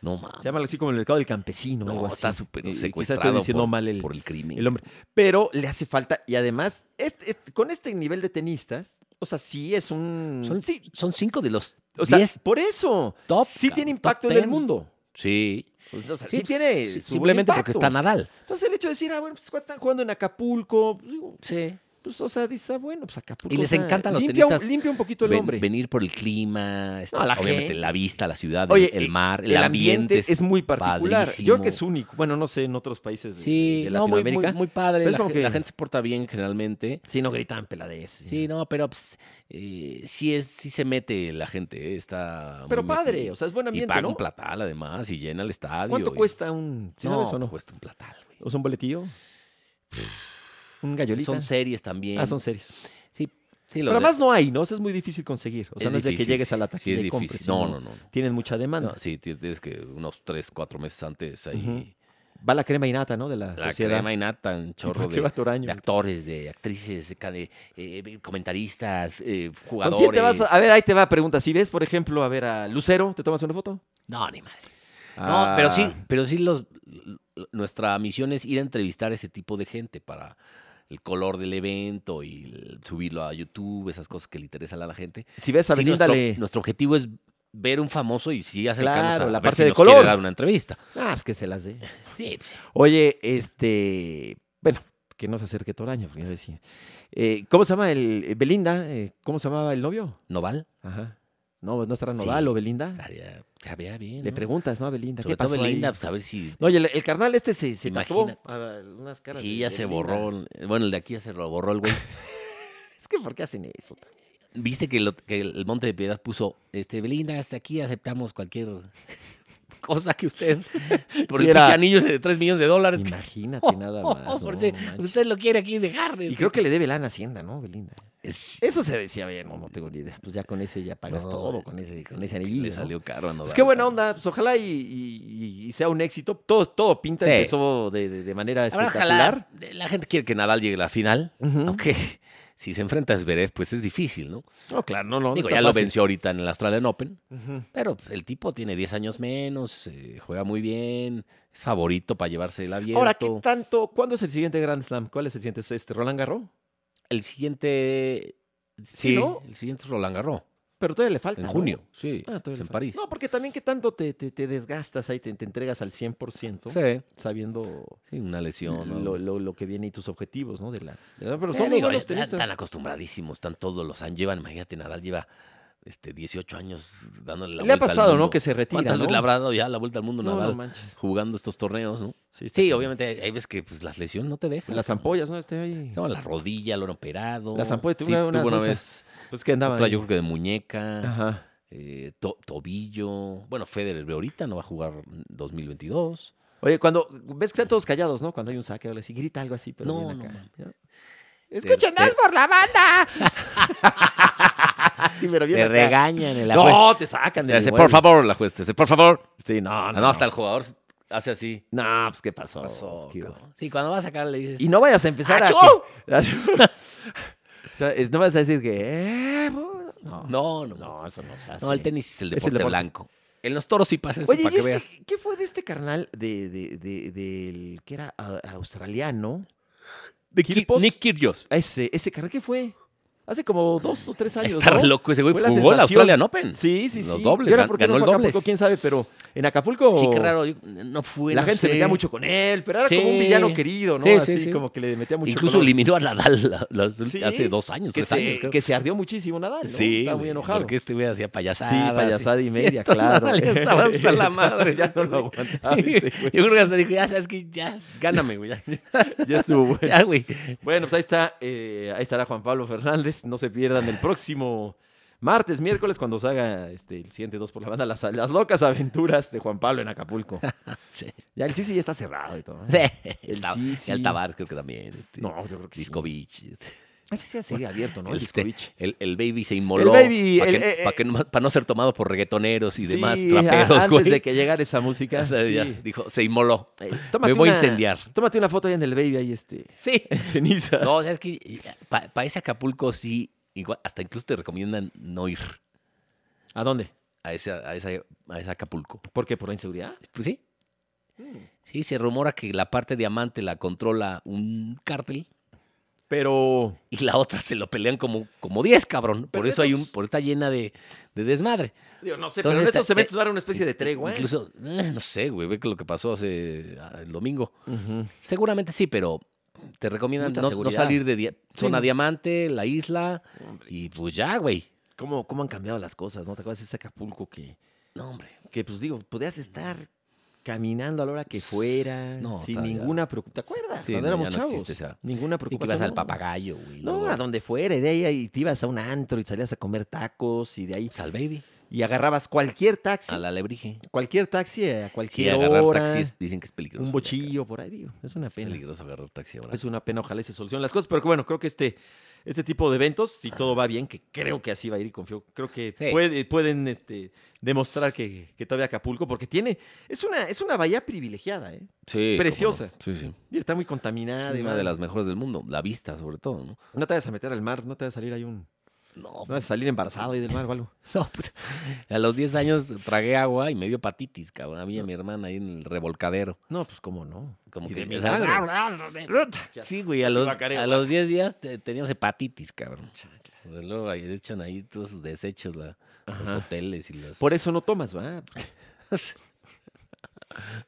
B: No, mames.
A: Se llama algo así como el mercado del campesino. algo
B: No,
A: así.
B: está súper
A: Y- y quizás
B: secuestrado
A: estoy diciendo
B: por,
A: mal el,
B: por el crimen.
A: el hombre. Pero le hace falta. Y además, este- este- con este nivel de tenistas, o sea, sí es un.
B: Son,
A: sí,
B: son cinco de los
A: o sea,
B: diez
A: por eso.
B: top,
A: sí tiene
B: cabrón,
A: impacto
B: top
A: en el
B: ten.
A: mundo.
B: Sí.
A: O sea, sí,
B: Sí, pues,
A: tiene.
B: sí,
A: su buen
B: simplemente porque
A: impacto.
B: está Nadal.
A: Entonces, el hecho de decir, ah, bueno, pues ¿cuántos están jugando en Acapulco. Pues, digo,
B: Sí.
A: pues, o sea, dice, ah, bueno, pues Acapulco.
B: Y les
A: o sea,
B: encantan los
A: limpia un-
B: tenistas
A: Limpia un poquito el hombre.
B: venir por el clima, este,
A: No, la
B: obviamente
A: gente.
B: la vista, la ciudad, el-
A: Oye,
B: el,
A: eh,
B: mar, el,
A: el
B: ambiente.
A: ambiente es muy particular. Yo creo que es
B: padrísimo.
A: único. Bueno, no sé, en otros países de,
B: Sí,
A: de
B: no, muy, muy-
A: Latinoamérica.
B: muy padre.
A: Pero es
B: La,
A: como
B: gen- la
A: que-
B: gente se porta bien generalmente.
A: Sí, no gritan peladez.
B: Sí, no, pero pues, eh, sí, es, sí se mete la gente. eh, Está muy
A: Pero padre,
B: metida.
A: o sea, es buen
B: y
A: ambiente,
B: paga
A: ¿no?
B: un platal además y llena el estadio.
A: ¿Cuánto
B: y-
A: cuesta un... ¿sí
B: no,
A: sabes o no?
B: cuesta un platal, güey.
A: ¿O sea, un boletillo? ¿Un gallolita?
B: Son series también.
A: Ah, son series.
B: Sí, sí, lo
A: Pero
B: de-
A: además no hay, ¿no? O sea, es muy difícil conseguir. O sea,
B: es
A: no es de que
B: difícil,
A: llegues a la
B: Sí,
A: taquilla
B: es
A: y
B: difícil.
A: compres.
B: no,
A: sino
B: no, no.
A: Tienen mucha demanda.
B: No, sí, tienes que unos tres, cuatro meses antes ahí.
A: Va la crema innata, ¿no? De la,
B: La
A: sociedad.
B: crema y nata, un
A: <laughs>
B: chorro
A: ¿Por qué
B: de,
A: va Toraño?
B: de actores, de actrices, de ca- de, eh, de comentaristas, eh,
A: ¿Con
B: jugadores.
A: quién te vas? A... a ver, ahí te va pregunta. Si ves, por ejemplo, a ver a Lucero, ¿te tomas una foto?
B: No, ni madre.
A: Ah,
B: No, pero sí, pero sí los, l- l- nuestra misión es ir a entrevistar a ese tipo de gente para el color del evento y el- subirlo a YouTube, esas cosas que le interesan a la gente.
A: Si ves a
B: Sí,
A: Belinda,
B: nuestro,
A: le-
B: nuestro objetivo es ver un famoso y sí acercarnos
A: Claro,
B: a
A: la
B: ver
A: parte
B: si
A: de
B: nos quiere
A: color.
B: dar una entrevista.
A: Ah, pues que se las dé.
B: Sí, pues,
A: Oye, este. Bueno, que no se acerque Toraño, porque yo decía. Eh, ¿Cómo se llama el. eh, Belinda? eh, ¿Cómo se llamaba el novio?
B: Noval
A: Ajá. No, no estará
B: Sí,
A: Nodal o Belinda.
B: estaría, estaría bien.
A: Le
B: ¿no?
A: preguntas, ¿no? A Belinda.
B: Sobre
A: ¿Qué
B: todo
A: pasó
B: Belinda,
A: ahí?
B: pues a ver si
A: No, y el, el carnal este se, se tatuó.
B: Imagínate.
A: a- unas caras
B: Sí,
A: de-
B: ya
A: de
B: se
A: Belinda.
B: borró. Bueno, el de aquí ya se lo
A: <laughs>
B: borró el güey.
A: Es que, ¿por qué hacen eso?
B: Viste que, lo- que el Monte de Piedad puso, este, Belinda, hasta aquí aceptamos cualquier cosa que
A: <laughs>
B: usted, por el
A: Quiera.
B: pinche anillo ese de 3 millones de dólares. que-
A: Imagínate <laughs>
B: <laughs>
A: nada
B: Oh,
A: más.
B: por
A: no,
B: si
A: no manches.
B: usted lo quiere aquí dejar.
A: Y
B: este.
A: creo que le debe lana a Hacienda, ¿no, Belinda?
B: Es-
A: Eso se decía bien, no, no tengo ni idea. Pues ya con ese ya pagas
B: No,
A: todo, con ese, con ese anillo.
B: le
A: ¿no?
B: salió caro a
A: Pues
B: Nodal,
A: qué buena
B: cabrón.
A: onda, pues ojalá y, y- y sea un éxito. Todo, todo pinta,
B: Sí.
A: empezó de, de- de manera
B: Ahora,
A: espectacular.
B: ojalá, la gente quiere que Nadal llegue a la final,
A: Ujú.
B: aunque <laughs> si se enfrenta a Zverev, pues es difícil, ¿no?
A: No, claro, no, no. no
B: Digo,
A: está
B: ya lo
A: fácil.
B: venció ahorita en el Australian Open.
A: Ujú.
B: Pero pues, el tipo tiene 10 años menos, eh, juega muy bien, es favorito para llevarse el abierto.
A: Ahora, ¿qué tanto? ¿Cuándo es el siguiente Grand Slam? ¿Cuál es el siguiente? ¿Es este Roland Garros?
B: el siguiente. Sí,
A: ¿no?
B: el siguiente es Roland Garros.
A: Pero todavía le falta.
B: En
A: ¿no?
B: junio, sí.
A: Ah, todavía le
B: en
A: falta.
B: París.
A: No, porque también qué tanto te, te- te desgastas ahí, te, te entregas al 100%
B: sí,
A: sabiendo
B: sí, una lesión. ¿no?
A: pues, lo, lo- lo que viene y tus objetivos, ¿no? De la, de la- pero
B: Sí,
A: son muy
B: digo,
A: buenos
B: están,
A: tenistas.
B: están acostumbradísimos, están todos los años. Llevan, imagínate, Nadal lleva este, 18 años dándole
A: Le
B: la
A: ha
B: vuelta al
A: pasado,
B: mundo.
A: ¿no? Que se retira,
B: ¿Cuántas
A: ¿no?
B: veces le habrá dado ya la vuelta al mundo
A: No,
B: Nadal
A: no manches.
B: jugando estos torneos, no? Este,
A: Sí, está
B: Sí,
A: cabrón.
B: obviamente hay hay veces que pues, las lesiones no te dejan.
A: Las ampollas, ¿no? Este ahí.
B: No, la rodilla, lo han operado.
A: Las ampollas, tuve
B: Sí,
A: una-
B: tuvo una
A: muchas.
B: vez
A: Pues que andaban.
B: Otra
A: ahí.
B: yo creo que de muñeca,
A: Ajá.
B: eh, to- tobillo. Bueno, Federer ve ahorita no va a jugar 2022.
A: Oye, cuando ves que están todos callados, ¿no? Cuando hay un saque o algo así, grita algo así, pero
B: No,
A: bien
B: no,
A: acá,
B: man.
A: ¿no? Este ¡Escuchen,
B: Te-
A: es por la banda! <laughs> sí, pero bien
B: Te
A: acá.
B: regañan en la juez.
A: No, te sacan
B: Te
A: de
B: dice, por favor, la juez. Te dice, por favor.
A: Sí, no,
B: Ah,
A: no.
B: no, hasta el jugador hace así.
A: No, pues, ¿qué pasó?
B: Pasó.
A: ¿Qué hubo?
B: cabrón. Sí, cuando va a sacar le dices.
A: Y no vayas a empezar a...
B: ¡Achú!
A: que- <laughs> o sea, es- no vayas a decir que... eh, bo- no.
B: No, no, no.
A: No, eso no se hace.
B: No, el tenis es el
A: Es
B: deporte,
A: el deporte.
B: blanco. En los toros sí pasa eso,
A: Oye,
B: para
A: ¿y
B: que
A: este-
B: veas.
A: ¿qué fue de este carnal de, de, de- del que era ah, australiano?
B: De
A: Kirpos.
B: Nick Kyrgios.
A: A Ese, ese carnal, ¿qué fue? Hace como dos o tres años,
B: Está
A: ¿no?
B: re loco ese güey.
A: Fue la
B: Jugó la
A: sensación.
B: Australian Open.
A: Sí, sí, sí.
B: Los dobles,
A: Yo era
B: gan-
A: porque
B: ganó
A: no
B: el
A: fue a Acapulco,
B: dobles.
A: quién sabe, pero en Acapulco
B: Sí, qué raro. yo- No fue.
A: la
B: no
A: gente se
B: sé.
A: metía mucho con él, pero era como un
B: Sí.
A: villano querido, ¿no?
B: Sí, sí,
A: Así
B: sí.
A: como que le metía mucho
B: Incluso
A: color.
B: eliminó a Nadal la- las-
A: Sí,
B: hace dos años,
A: que
B: tres años.
A: se,
B: creo.
A: que se ardió muchísimo Nadal, ¿no? Estaba muy
B: güey,
A: enojado.
B: Porque este güey hacía
A: Sí,
B: payasada. <laughs>
A: payasada y media,
B: entonces
A: claro.
B: Nadal ya estaba hasta la
A: <laughs>
B: madre,
A: ya no lo
B: <laughs>
A: aguantaba ese
B: Yo
A: güey.
B: creo que hasta dijo, ya sabes que ya, gáname, güey. Ya,
A: Ya estuvo bueno. <laughs>
B: <laughs> ya, güey.
A: Bueno, pues ahí está, eh, ahí estará Juan Pablo Fernández. No se pierdan el próximo martes, miércoles, cuando salga este, el siguiente dos por la banda, las, las locas aventuras de Juan Pablo en Acapulco.
B: <laughs> Sí.
A: Ya el Sisi ya está cerrado y todo. ¿no?
B: El,
A: El
B: Tab-
A: Sisi.
B: el Tabar creo que también. este,
A: No, yo creo que sí.
B: Discovich. este,
A: Ese sí sigue abierto, ¿no? El
B: este,
A: Discovich.
B: el- el Baby se inmoló.
A: Baby,
B: Para
A: el- eh,
B: no ser tomado por reggaetoneros y demás
A: Sí, a-
B: traperos,
A: antes
B: güey.
A: de que llegara esa música.
B: <laughs> O sea,
A: sí.
B: ya dijo, se inmoló.
A: Eh, tómate
B: voy a
A: una-
B: incendiar.
A: Tómate una foto ahí en el baby, ahí este. <laughs>
B: Sí.
A: En ceniza.
B: No, o sea, es que para ese Acapulco sí, igual, hasta incluso te recomiendan no ir
A: ¿A dónde?
B: a ese, a ese, a ese Acapulco.
A: ¿Por qué? ¿Por la inseguridad?
B: Pues sí.
A: Mm.
B: Sí, se rumora que la parte diamante la controla un cártel
A: Pero.
B: y la otra se lo pelean como, como 10, cabrón.
A: Pero
B: por eso hay un,
A: estos-
B: por está llena de, de desmadre.
A: Digo, no sé,
B: Entonces,
A: pero en
B: está-
A: estos eventos va a haber una especie de tregua. ¿eh?
B: Incluso, eh, no sé, güey, ve que lo que pasó hace ah, el domingo.
A: Ujú.
B: Seguramente sí, pero te recomiendan
A: Mucha
B: no, no
A: seguridad.
B: salir de dia- zona
A: no.
B: diamante, la isla, y pues ya, güey.
A: ¿Cómo, ¿Cómo han cambiado las cosas? ¿No te acuerdas de ese Acapulco que,
B: No, hombre.
A: que pues digo, podías estar caminando a la hora que fuera,
B: No,
A: sin
B: está ya.
A: ninguna preocupación. ¿Te acuerdas?
B: Sí,
A: Cuando
B: no,
A: éramos
B: ya no
A: chavos.
B: existe esa-
A: Ninguna
B: Y que
A: preocupación.
B: vas al
A: ¿no?
B: papagayo, güey.
A: No,
B: luego
A: a donde fuera, y de ahí, ahí te ibas a un antro y salías a comer tacos y de ahí
B: pues, al baby,
A: y agarrabas cualquier taxi,
B: al alebrije.
A: cualquier taxi eh, a
B: Sí,
A: cualquier
B: agarrar
A: hora,
B: taxi es- dicen que es peligroso.
A: un
B: ya,
A: bochillo por ahí, digo, es
B: cabrón.
A: una
B: Es
A: pena.
B: peligroso agarrar taxi ahora.
A: Es una pena, ojalá y se solucionen las cosas, pero que bueno, creo que este, este tipo de eventos, si todo va bien, que creo que así va a ir y confío, creo que
B: Sí.
A: puede- pueden este, demostrar que, que todavía Acapulco, porque tiene, es una, es una bahía privilegiada, ¿eh?
B: Sí,
A: Preciosa.
B: cómo no. Sí, sí.
A: Y está muy contaminada,
B: Es una
A: además.
B: de las mejores del mundo. La vista, sobre todo, ¿no?
A: No te vayas a meter al mar, no te vayas a salir ahí un,
B: No,
A: no
B: <laughs>
A: vas a salir embarazado ahí del mar o algo.
B: No, puta. a los 10 años tragué agua y me dio hepatitis, cabrón. A mí y a mi hermana ahí en el revolcadero.
A: No, pues cómo no.
B: Como
A: Y
B: que
A: de
B: <laughs> empiezas- Sí, güey, a los,
A: Bacareo,
B: a los 10 días te- teníamos hepatitis, cabrón. Pues luego ahí echan ahí todos sus desechos, la- los
A: Ajá.
B: hoteles y las...
A: Por eso no tomas, ¿va? <laughs>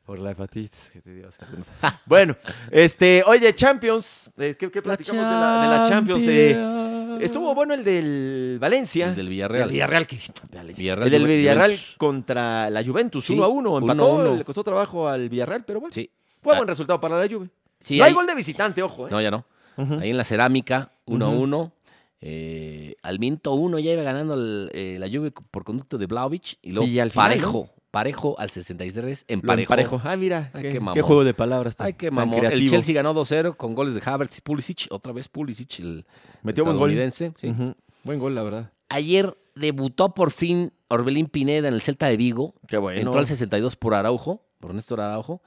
A: Por la hepatitis que te dio. hace algunos- bueno, este, oye, Champions, eh, ¿qué, qué platicamos de, la, de la Champions? eh? estuvo bueno el del Valencia.
B: El del Villarreal.
A: El Villarreal, que- Valencia.
B: Villarreal,
A: el del
B: Juve-
A: Villarreal
B: Juventus.
A: contra la Juventus,
B: Sí,
A: 1 a 1. Empató,
B: 1-1.
A: le costó trabajo al Villarreal, pero bueno.
B: Sí.
A: Fue
B: Ah.
A: buen resultado para la Juve.
B: Sí,
A: no
B: ahí-
A: hay gol de visitante, ojo. ¿eh?
B: No, ya no.
A: Ujú.
B: Ahí en la cerámica, 1-1.
A: Ujú.
B: eh, al minuto 1 ya iba ganando el- eh, la lluvia por conducto de Blaovic. Y luego
A: Y al final,
B: parejo. Parejo al 63.
A: Lo
B: Emparejo.
A: emparejó. Ah, mira,
B: Ay,
A: qué,
B: qué mamón.
A: qué juego de palabras tan,
B: Ay, qué
A: tan
B: mamón. El
A: creativo.
B: Chelsea ganó 2-0 con goles de Havertz y Pulisic. Otra vez Pulisic, el
A: Metió buen gol.
B: estadounidense. sí.
A: Ujú. Buen gol, la verdad.
B: Ayer debutó por fin Orbelín Pineda en el Celta de Vigo.
A: Qué bueno.
B: Entró al 62 por Araujo, por Néstor Araujo.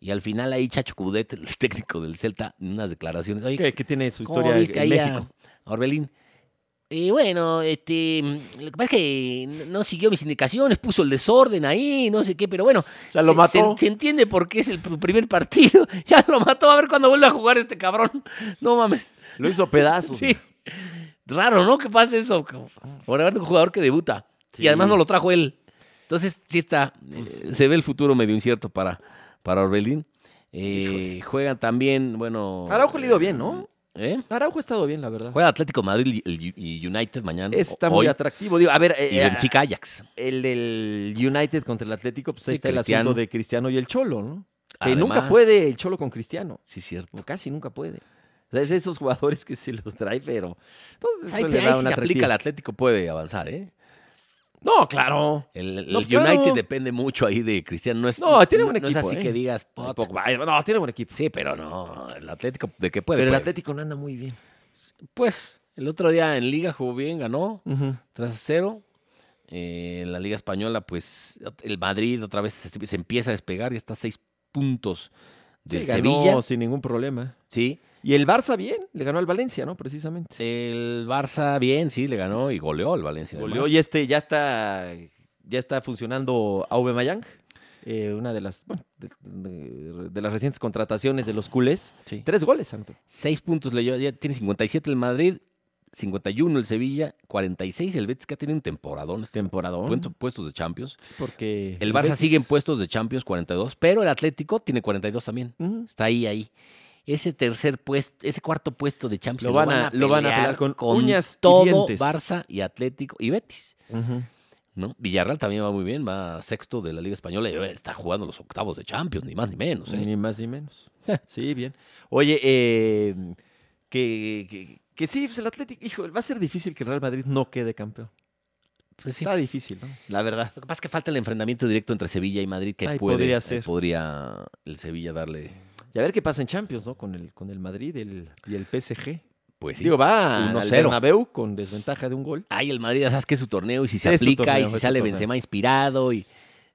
B: Y al final ahí Chacho Cudet, el <laughs> técnico del Celta, en unas declaraciones. Oye,
A: ¿Qué, qué tiene su
B: ¿Cómo
A: historia
B: viste
A: en
B: ahí a-
A: México?
B: a Orbelín? Eh, bueno, este, mm, lo que pasa es que n- no siguió mis indicaciones, puso el desorden ahí, no sé qué, pero bueno.
A: O sea, lo
B: se- se,
A: mató.
B: se entiende por qué es el pr- primer partido. <laughs> Ya lo mató, a ver cuando vuelve a jugar este cabrón. No mames.
A: Lo hizo pedazos.
B: Sí. Raro, ¿no? Que pase eso. como- Por haber un jugador que debuta. Y
A: Sí.
B: además no lo trajo él. Entonces, sí está. eh, se ve el futuro medio incierto para, para Orbelín. Eh, juegan también, bueno.
A: Araujo le ha ido
B: eh,
A: bien, ¿no?
B: ¿Eh?
A: Araujo ha estado bien, la verdad.
B: Juega Atlético de Madrid y- y y United mañana.
A: Está
B: o-
A: muy
B: hoy,
A: atractivo. Digo, a ver, eh,
B: Y Benfica Ajax.
A: el del United contra el Atlético, pues ahí
B: Sí,
A: está
B: Cristiano.
A: el asunto de Cristiano y el Cholo, ¿no? que nunca
B: Además-
A: puede el Cholo con Cristiano.
B: Sí, cierto.
A: O casi nunca puede. O sea, es de esos jugadores que se los trae, pero. Entonces,
B: Pues Ahí,
A: eso
B: te-
A: le
B: ahí
A: da
B: si
A: un
B: se aplica
A: atractivo.
B: el Atlético puede avanzar, ¿eh?
A: No, claro.
B: El, el
A: No,
B: United
A: claro.
B: depende mucho ahí de Cristiano. No, es,
A: No, tiene buen
B: No es
A: equipo,
B: así
A: ¿eh?
B: que digas,
A: Ay,
B: "Puta".
A: Pogba, ay, No, tiene buen equipo.
B: Sí, pero no. El Atlético, ¿de qué puede?
A: Pero el
B: Puede.
A: Atlético no anda muy bien.
B: Pues, el otro día en Liga jugó bien, ganó
A: Ujú.
B: 3 a 0. Eh, en la Liga Española, pues, el Madrid otra vez se, se empieza a despegar y está a 6 puntos del
A: Sí, ganó
B: Sevilla.
A: sin ningún problema.
B: Sí.
A: Y el Barça bien, le ganó al Valencia, ¿no? Precisamente.
B: El Barça, bien, sí, le ganó y goleó al Valencia. además.
A: Goleó y este ya está ya está funcionando Aubameyang, eh, una de las bueno, de, de- de las recientes contrataciones de los culés.
B: Sí.
A: Tres goles, Santo.
B: Seis puntos le lleva. Ya tiene 57 el Madrid, 51 el Sevilla, 46 el Betis, que ha tenido un temporadón. este
A: Temporadón.
B: puesto- puestos de Champions.
A: Sí, porque
B: El Barça
A: Betis-
B: sigue en puestos de Champions, 42, pero el Atlético tiene 42 también.
A: Ujú.
B: Está ahí, ahí. Ese tercer puesto, ese cuarto puesto de Champions
A: Lo van a- lo van a pelear con uñas y
B: todo
A: dientes.
B: Barça y Atlético y Betis.
A: Ujú.
B: ¿no? Villarreal también va muy bien, va sexto de la Liga Española y eh, está jugando los octavos de Champions, ni más ni menos. ¿eh?
A: Ni más ni <laughs> menos. sí, bien. Oye, eh, que, que, que sí, pues el Atlético, hijo, va a ser difícil que el Real Madrid no quede campeón.
B: Pues sí.
A: Está difícil, ¿no? La verdad.
B: Lo que pasa es que falta el enfrentamiento directo entre Sevilla y Madrid, que
A: Ahí
B: puede-
A: podría
B: ahí
A: ser.
B: podría el Sevilla darle,
A: Y a ver qué pasa en Champions, ¿no? Con el, con el Madrid el- y el PSG.
B: pues sí.
A: Digo, va al
B: 1-0.
A: Bernabéu con desventaja de un gol.
B: Ay, el Madrid, ya sabes que es su torneo y si se
A: Es su
B: aplica
A: torneo,
B: y si
A: es su
B: sale
A: torneo.
B: Benzema inspirado y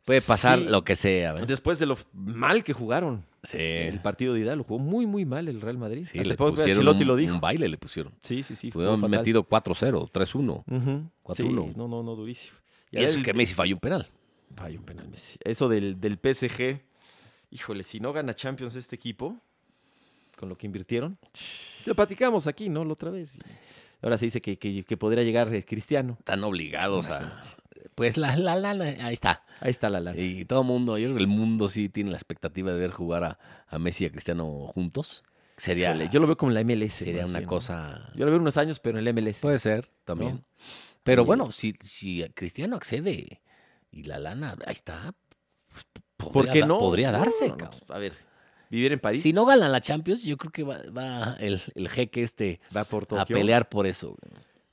B: puede pasar
A: Sí.
B: lo que sea. ¿verdad?
A: Después de lo f- mal que jugaron
B: Sí,
A: el partido de ida, lo jugó muy, muy mal el Real Madrid.
B: Eh. sí,
A: Hasta
B: le
A: poco
B: pusieron
A: Ancelotti
B: un,
A: lo dijo.
B: un baile, le pusieron.
A: Sí, sí, sí. jugó
B: Pudieron haber
A: fatal.
B: metido 4-0, 3-1.
A: Ujú.
B: 4-1.
A: Sí, no, no, no, durísimo.
B: Y,
A: ahora
B: eso
A: el-
B: que Messi falló un penal.
A: Vaya, un penal Messi. Eso del, del PSG. Híjole, si no gana Champions este equipo, con lo que
B: <sighs>
A: invirtieron. Lo platicamos aquí, ¿no? La otra vez. Y Ahora se dice que, que- que podría llegar eh, Cristiano.
B: Están obligados a... Pues la la la, la, ahí está.
A: Ahí está la lana.
B: Y todo el mundo, yo creo que el mundo sí tiene la expectativa de ver jugar a, a Messi y a Cristiano juntos. Sería,
A: Híjole, yo lo veo como la MLS.
B: sería
A: más
B: una
A: bien, ¿no?
B: cosa...
A: Yo lo veo unos años, pero en el MLS.
B: Puede ser, también.
A: ¿No?
B: Pero
A: Y-
B: bueno, si, si Cristiano accede y la lana, ahí está. pues, p- podría
A: ¿Por qué
B: da-
A: no?
B: Podría
A: No, no,
B: darse,
A: pues, no,
B: cabrón.
A: pues, a ver, vivir en París.
B: Si no ganan la Champions, yo creo que va, va el, el jeque este
A: va por Tokio.
B: a pelear por eso.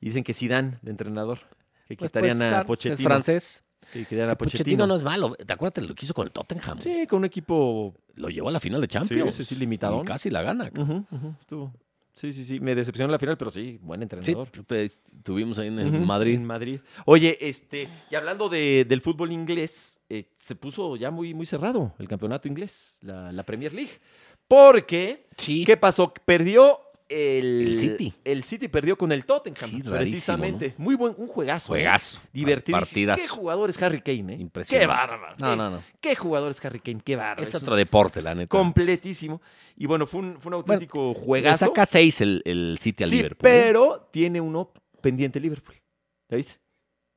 A: Dicen que Zidane, de entrenador. Que
B: Pues,
A: quitarían
B: pues,
A: a
B: claro, Es
A: Pochettino.
B: francés.
A: Que quitarían a
B: Que Pochettino.
A: Pochettino.
B: no es malo. ¿Te acuerdas lo que hizo con el Tottenham?
A: Sí, con un equipo
B: Lo llevó a la final de Champions.
A: sí, sí,
B: y
A: limitadón.
B: casi la gana.
A: Ujú, ujú, estuvo. Sí, sí, sí. Me decepcionó en la final, pero sí, buen
B: Sí,
A: entrenador.
B: te- tuvimos ahí en, en
A: Ujú,
B: Madrid.
A: En Madrid. Oye, este, y hablando de- del fútbol inglés, eh, se puso ya muy, muy cerrado el campeonato inglés, la, la Premier League. Porque,
B: Sí.
A: ¿qué pasó? Perdió el,
B: El City.
A: El City perdió con el Tottenham,
B: Sí, rarísimo,
A: precisamente. Muy buen, un juegazo. ¿eh?
B: Juegazo.
A: Divertidísimo.
B: Partidas.
A: Qué jugador es Harry Kane, ¿eh?
B: Impresionante.
A: Qué bárbaro.
B: No,
A: qué-
B: no, no.
A: Qué jugador es Harry Kane, qué bárbaro.
B: Es
A: Es un
B: otro deporte, la neta.
A: Completísimo. Y bueno, fue un, fue un
B: Bueno,
A: auténtico
B: Le
A: juegazo.
B: saca seis el, el City al
A: sí,
B: Liverpool. ¿eh?
A: pero tiene uno pendiente Liverpool. ¿Ya viste?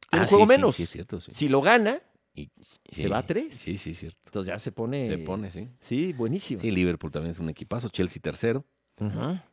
A: Tiene
B: Ah,
A: un juego
B: sí, sí,
A: menos.
B: Sí, es cierto. sí.
A: Si lo gana,
B: Sí,
A: se va a tres.
B: Sí, sí, es cierto.
A: entonces ya se pone.
B: Se pone, sí.
A: Sí, buenísimo.
B: Sí, Liverpool también es un equipazo. Chelsea tercero.
A: Ajá.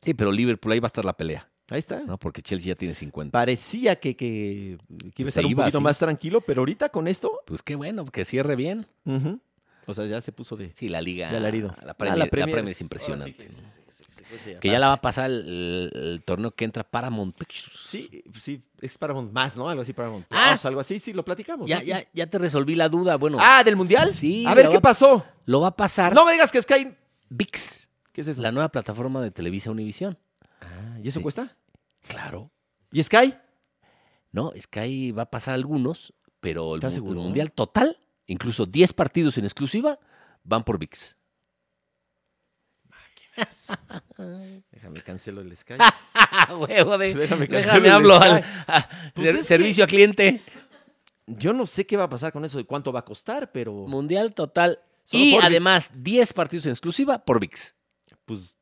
B: Sí, pero Liverpool ahí va a estar la pelea,
A: Ahí está.
B: ¿no? Porque Chelsea ya tiene 50.
A: Parecía que, que, que iba a
B: se
A: estar un
B: iba,
A: poquito
B: sí.
A: más tranquilo, pero ahorita con esto.
B: Pues qué bueno, que cierre bien.
A: ujú. Ah, O sea, ya se puso de.
B: Sí, la liga.
A: De alarido.
B: La
A: Ah,
B: Premier, la Premier es impresionante.
A: ahora sí que,
B: ¿no? que,
A: se- se- se- se fue hacia
B: ya la va
A: abajo.
B: a pasar el, el torneo que entra Paramount Pictures.
A: Sí, sí, es Paramount más, ¿no? Algo así, Paramount
B: Ah.
A: Plus, algo así, sí, lo platicamos.
B: Ya,
A: ¿no?
B: ya, ya te resolví la duda. Bueno,
A: Ah, del Mundial.
B: Sí,
A: A ver,
B: la
A: ¿qué
B: va-
A: pasó?
B: lo va a pasar
A: No me digas que Sky.
B: VIX,
A: ¿Qué es eso?
B: la nueva plataforma de Televisa Univisión.
A: Ah, ¿Y eso
B: Sí.
A: cuesta?
B: Claro.
A: ¿Y Sky?
B: No, es que ahí va a pasar algunos, pero el,
A: ¿Estás
B: mu- el
A: seguro?
B: Mundial total, incluso 10 partidos en exclusiva, van por VIX. <laughs>
A: Déjame cancelo el Sky.
B: ¡Ah, huevo de...
A: Déjame
B: Déjame
A: el
B: hablo
A: Sky.
B: al a-
A: Pues
B: ser-
A: es que-
B: servicio a cliente.
A: Yo no sé qué va a pasar con eso, de cuánto va a costar, pero
B: Mundial total.
A: Oh. Solo
B: y
A: por ViX.
B: además 10 partidos en exclusiva por VIX.
A: pues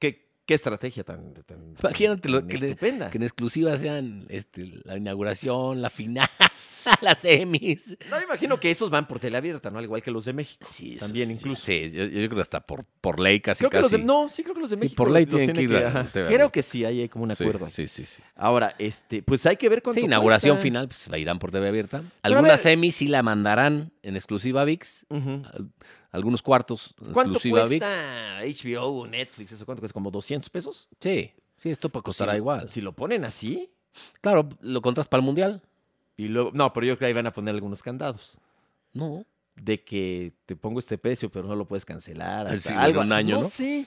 A: qué, qué estrategia tan, tan
B: Imagínate lo
A: tan
B: que le-
A: estupenda.
B: Que en exclusiva sean este, la inauguración, la final, <laughs> las semis.
A: No, me imagino que esos van por tele abierta, ¿no? Al igual que los de México.
B: Sí, eso
A: También
B: sí,
A: incluso.
B: Sí, yo, yo creo que hasta por, por ley casi.
A: creo que los de,
B: casi.
A: no, sí creo que los de
B: Sí,
A: México.
B: por ley
A: los
B: tienen que ir a-
A: ajá.
B: te-
A: Creo que sí, ahí hay como un
B: Sí,
A: acuerdo.
B: Sí, sí, sí.
A: Ahora, este, pues hay que ver cuánto
B: Sí, inauguración
A: cuesta.
B: final, pues la irán por TV abierta.
A: Pero a
B: Algunas
A: ver-
B: semis sí la mandarán en exclusiva a VIX.
A: Ujú.
B: al- Algunos cuartos en
A: ¿Cuánto
B: exclusiva a
A: cuesta HBO o Netflix? ¿Eso cuánto cuesta? ¿Como 200 pesos?
B: VIX. Sí, sí, esto pa- costará
A: Si-
B: Pues igual.
A: Si lo ponen así,
B: Claro, lo contras para el mundial.
A: y luego. No, pero yo creo que ahí van a poner algunos candados.
B: No.
A: De que te pongo este precio, pero no lo puedes cancelar. hasta
B: Sí, en
A: algo.
B: un
A: pues
B: año, ¿no?
A: sé.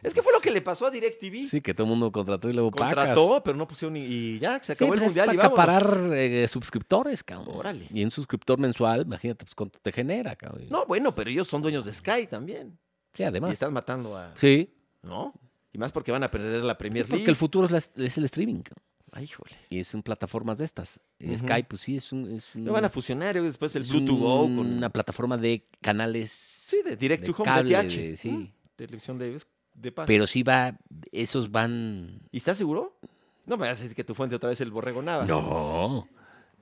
A: Es que fue lo que le pasó a DirecTV.
B: Sí, que todo el mundo contrató y luego pagas.
A: Contrató, pero no pusieron y, y ya, se
B: Sí,
A: acabó
B: pues
A: el
B: es
A: mundial
B: para
A: y vámonos.
B: acaparar eh, suscriptores, cabrón.
A: Órale.
B: Y un suscriptor mensual, imagínate pues, cuánto te genera, cabrón.
A: No, bueno, pero ellos son dueños de Sky también.
B: Sí,
A: Y
B: además.
A: están matando a.
B: Sí.
A: ¿No? Y más porque van a perder la
B: Sí,
A: Premier
B: porque
A: League.
B: el futuro es, la- es el streaming. cabrón.
A: Ay, híjole.
B: Y es en plataformas de estas. Y
A: Ujú.
B: Sky, pues sí, es un... Es un
A: Lo van a fusionar y después el
B: es
A: Blue to Go
B: un-
A: con
B: una plataforma de canales.
A: Sí, de Ah, Direct
B: de
A: to Home,
B: cable,
A: DTH.
B: de- sí.
A: Ujú, Televisión de, de pago.
B: Pero sí va, esos van...
A: ¿Y estás seguro? No me vas a decir que tu fuente otra vez es el Borrego Nava.
B: No,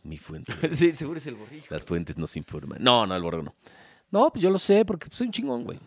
B: mi fuente.
A: <laughs> sí, seguro es el Borrijo.
B: Las fuentes
A: <laughs>
B: nos informan. No, no, el borrego no. No, pues yo lo sé porque soy un chingón, güey.